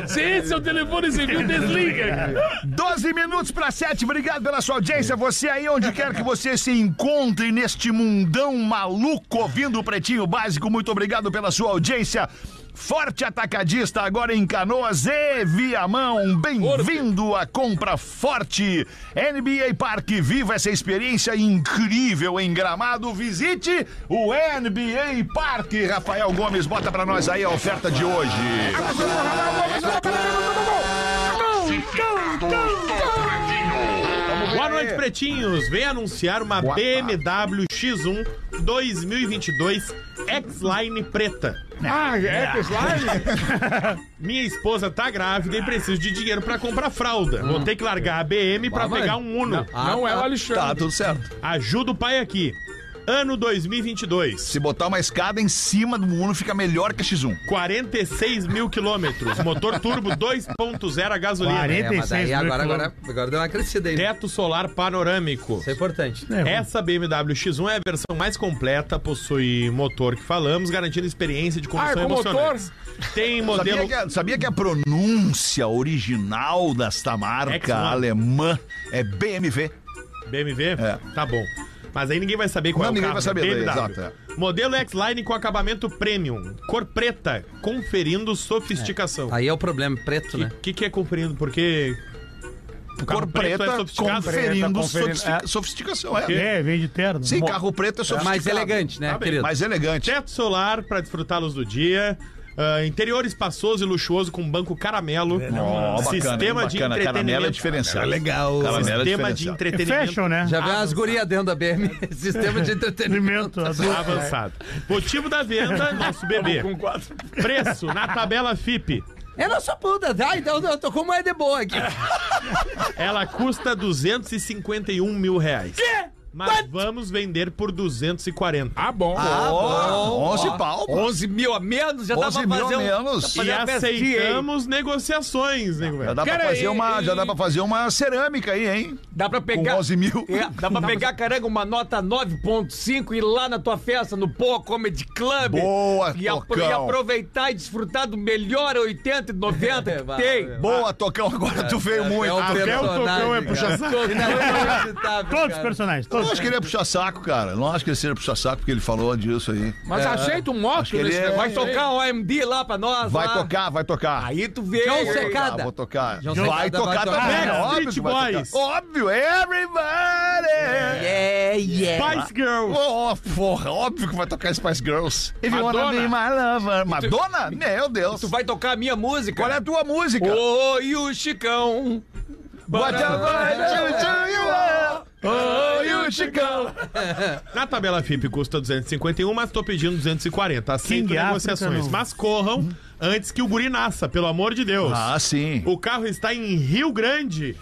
se esse é o telefone sem fio, desliga. cara.
12 minutos para 7, obrigado pela sua audiência. Você aí, onde quer que você se encontre neste mundão maluco, ouvindo o Pretinho Básico, muito obrigado pela sua audiência. Forte Atacadista, agora em Canoas e Viamão. Bem-vindo à Compra Forte. NBA Parque, viva essa experiência incrível em Gramado. Visite o NBA Parque. Rafael Gomes, bota para nós aí a oferta de hoje.
Boa noite, pretinhos. Vem anunciar uma BMW X1 2022 X-Line preta.
Ah, é, pessoal?
<laughs> Minha esposa tá grávida e preciso de dinheiro pra comprar fralda. Vou ter que largar a BM pra pegar um Uno.
Ah,
Não
Ah,
é o Alexandre.
Tá, tudo certo.
Ajuda o pai aqui. Ano 2022.
Se botar uma escada em cima do Uno, fica melhor que a X1.
46 mil quilômetros. Motor turbo 2.0 a gasolina.
É, mas aí
46
agora, agora, agora deu uma crescida aí.
Teto solar panorâmico.
Isso é importante.
Né? Essa BMW X1 é a versão mais completa, possui motor que falamos, garantindo experiência de condução
Ah, é com
emocionante. Tem modelo
Sabia que, é. a, sabia que a pronúncia original desta marca
Excellent.
alemã é BMW?
BMW?
É.
Tá bom. Mas aí ninguém vai saber qual
Não,
é o
ninguém
carro.
vai saber,
é
daí,
BMW.
exato,
Modelo X-Line com acabamento premium, cor preta, conferindo sofisticação.
Aí é o problema, preto,
O
né?
que, que é conferindo? Porque o carro
Cor preta,
preto é sofisticado.
conferindo,
Preta, conferindo,
sofistica- sofisticação. É.
É, vem de terno.
Sim, carro preto é sofisticado. Tá
Mais elegante, né, querido?
Mais elegante.
Teto solar para desfrutar a luz do dia. ah, interior espaçoso e luxuoso com banco caramelo.
É, Ó, bacana,
sistema
hein,
de
bacana. Caramelo é
entretenimento.
diferenciado.
legal.
Caramelo é
Sistema de
diferenciado.
É
entretenimento.
fashion, né?
Já
Ah,
vê as gurias dentro da BM,
<laughs>
sistema de entretenimento.
Alimento, adulto.
Avançado. Motivo da venda, nosso bebê. Preço na tabela FIP.
Eu não sou puta, tá? Então eu tô com uma de boa
<laughs>
aqui.
Ela custa 251 mil reais. Quê? Mas vamos vender por 240.
Ah, bom.
Ó, 11 pau. pô.
11 mil a menos, já
11 mil
um-
um-
menos.
E
fazer uma festinha,
aceitamos negociações, né,
Já
velho?
dá, pra
Cara,
fazer
e-
uma, já
e-
dá pra fazer uma cerâmica aí, hein?
Dá pra
Com
pegar.
11 mil.
É, dá pra pegar, caranga, uma nota 9.5 e ir lá na tua festa, no Pô Comedy Club.
Boa,
e, apro-
Tocão.
e aproveitar e desfrutar do melhor 80 e 90
<laughs>
que
É, vai,
tem.
vai.
Boa, Tocão, agora tu
É,
veio muito.
Até o Tocão é puxa saco.
Todos os personagens,
Eu não
todos.
acho que ele é puxar saco, cara. Eu Não acho que ele seja puxar saco, porque ele falou disso aí.
Mas aceita um moto
ele
nesse
é-
negócio.
Vai tocar o OMD lá pra nós.
Vai
lá.
tocar, vai tocar.
Aí tá tu vê.
Não
Vou
sei,
tocar.
Secada.
Ah, vou tocar.
João
vai
Secada vai
tocar
tocar. Ah,
também, é
Backstreet
óbvio que vai
Boys.
tocar. Óbvio, everybody!
É, yeah.
Spice Girls.
Oh, porra, óbvio que vai tocar Spice Girls. If you wanna
Madonna.
be my lover. Madonna? Meu Deus.
Tu vai tocar a minha música.
Qual é a tua música?
Ô, e o Chicão.
What a vibe to you are. Oh, you Chicão.
Na tabela FIP custa 251, mas tô pedindo 240. Aceito
King
negociações.
África, não.
mas corram antes que o guri nasça, pelo amor de Deus.
Ah, sim.
O carro está em Rio Grande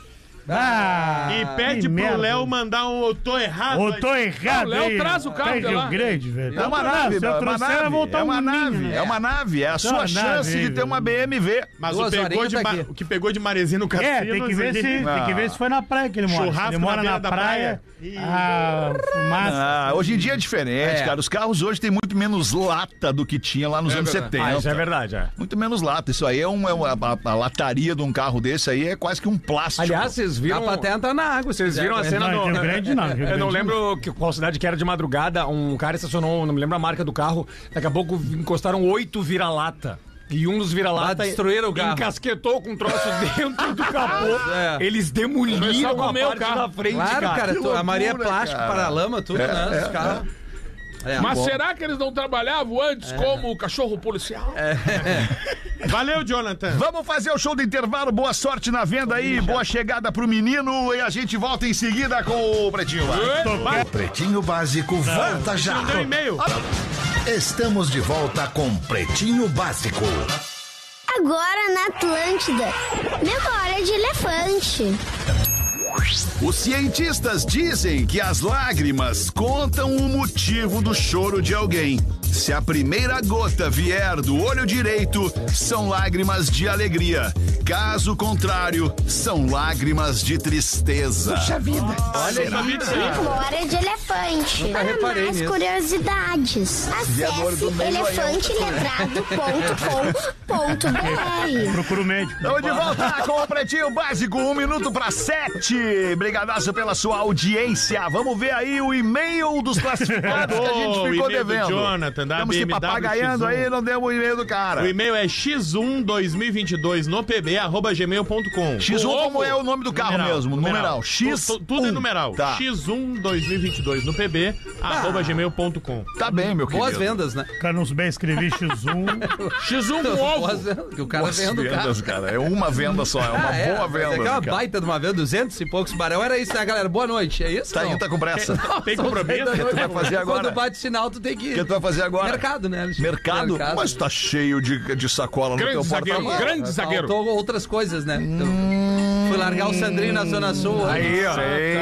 Ah,
e pede
que merda.
pro Léo mandar um eu tô errado.
Ou tô errado,
Léo
aí.
traz o carro
Tá em
pra
Rio
lá.
Grande, velho.
É uma
Tá,
nave,
se
é
eu
uma
trouxer, eu vou
nave.
botar
É uma
um ninho,
nave,
né?
é uma nave. É a sua
Duas
chance
naves,
de ter
velho.
uma BMW.
Mas o,
Duas
pegou
horinhas
de ma-
daqui.
o que pegou de maresia no
tá É,
cassino...
tem que, ver se,
ele-
tem que ver se foi na praia que ele mora. Se
Churrasco
ele mora
na beira
na,
da
praia.
praia.
Ah, fumaça.
Ah, hoje em dia é diferente,
É.
cara. Os carros hoje têm muito menos lata do que tinha lá nos anos 70.
verdade, é.
Muito menos lata. Isso aí é, um, é uma, a, a lataria de um carro desse aí é quase que um plástico.
Aliás, vocês
Dá
viram.
pra até entrar na água.
Vocês viram a cena
Não,
do.
Rio Grande não, Rio
eu
Grande
não
não.
lembro que- qual cidade que era de madrugada. Um cara estacionou, não me lembro a marca do carro. Daqui a pouco encostaram oito vira-lata. E um dos vira-lata
Ah, destruíram o carro.
encasquetou com um troço dentro do capô.
É.
Eles
O pessoal
demoliram a
comeu o
parte
carro.
da frente,
Claro,
cara.
cara,
que
tu- a Maria é
loucura,
plástica,
cara. é,
paralama, tudo, né? Os carros. É,
Mas
bom.
será que eles não trabalhavam antes como cachorro policial?
Valeu, Jonathan.
Vamos fazer o show do intervalo. Boa sorte na venda aí, boa chegada pro menino e a gente volta em seguida com o Pretinho. Básico.
Pretinho Básico, volta já.
Não deu e-mail.
Estamos de volta com Um Pretinho Básico.
Agora na Atlântida. Memória de elefante.
Os cientistas dizem que as lágrimas contam o motivo do choro de alguém. Se a primeira gota vier do olho direito, são lágrimas de alegria. Caso contrário, são lágrimas de tristeza. Puxa vida.
Olha
Será?
Memória é de elefante.
Nunca
Para
reparei
mais
nisso.
curiosidades,
Vereador
acesse
do meio
elefanteletrado.com.br.
Procura o médico.
Estamos de volta com o Pretinho Básico, um minuto para sete. Brigadaço pela sua audiência. Vamos ver aí o e-mail dos classificados que a
Ô,
gente ficou
o e-mail do
devendo.
Jonathan, da
Estamos se
BMW
papagaiando
X1.
aí, não deu o e-mail do cara.
O e-mail é x12022 no pb, arroba gmail.com.
X1
O
como é o nome do carro mesmo, numeral. X1.
Tu- tu- Tudo é numeral.
Tá.
x12022 no pb, arroba gmail.com.
Tá bem, meu querido.
Boas vendas,
<laughs>
né?
Cara, não bem escrevi X1.
X1 com
Boas
ovo.
vendas, que o cara
Um Boas
tá vendo o carro.
vendas, cara. É uma venda só, é uma
Ah, é,
boa
mas
venda.
É que é uma
cara.
baita de uma venda, 200 e poucos barão. Era isso, né, galera? Boa noite. É isso?
Tá aí,
não? <laughs>
tá com pressa. O
Tem compromisso?
que tu vai fazer agora?
Quando bate sinal, tu tem que ir.
O que tu vai fazer agora?
Mercado, né? Alexandre?
Mercado? Mas tá cheio de, de sacola no
Grande
teu
zagueiro,
porta-malas.
grande zagueiro.
Faltou outras coisas, né? Então, fui largar o Sandrinho na Zona Sul.
Aí, ó. Sei,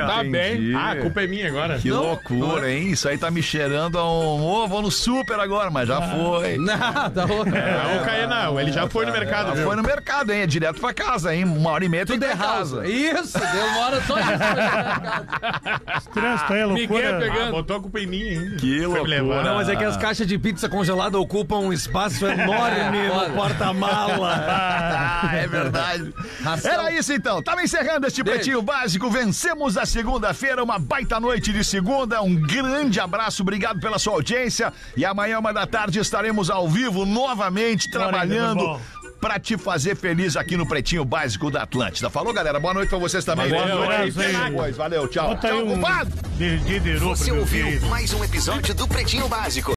Tá
entendi.
bem.
Ah, a culpa é minha agora.
Que loucura, hein? Isso aí tá me cheirando a um. Ô, vou no super agora, mas já foi.
<laughs> Nada,
Não, Ah, o Caenal, ele já foi no mercado,
Já
viu?
foi no mercado, hein? É direto pra casa, hein? Uma hora e meia tem
Tudo
que ir
é
pra
house.
casa.
Isso, demora só isso.
Trânsito aí, é
Miguel
loucura.
Ah,
pegando.
botou a culpa em mim, hein?
Que
Foi me levar.
loucura.
Não, mas é que as caixas de pizza congelada ocupam um espaço enorme
Olha.
no porta-mala.
Ah, é verdade.
Ração.
Era isso então. Tava encerrando este
Beijo.
pretinho básico. Vencemos a segunda-feira, uma baita noite de segunda. Um grande abraço, obrigado pela sua audiência. E amanhã, uma da tarde, estaremos ao vivo novamente, trabalhando.
Bora,
Pra te fazer feliz aqui no Pretinho Básico da Atlântida. Falou, galera. Boa noite pra vocês também.
Valeu,
Boa noite.
abraço aí.
Até depois. Valeu, tchau.
Bota aí
tchau,
um
compadre.
de, de, de roupa,
Você
meu
ouviu
querido.
mais um episódio do Pretinho Básico.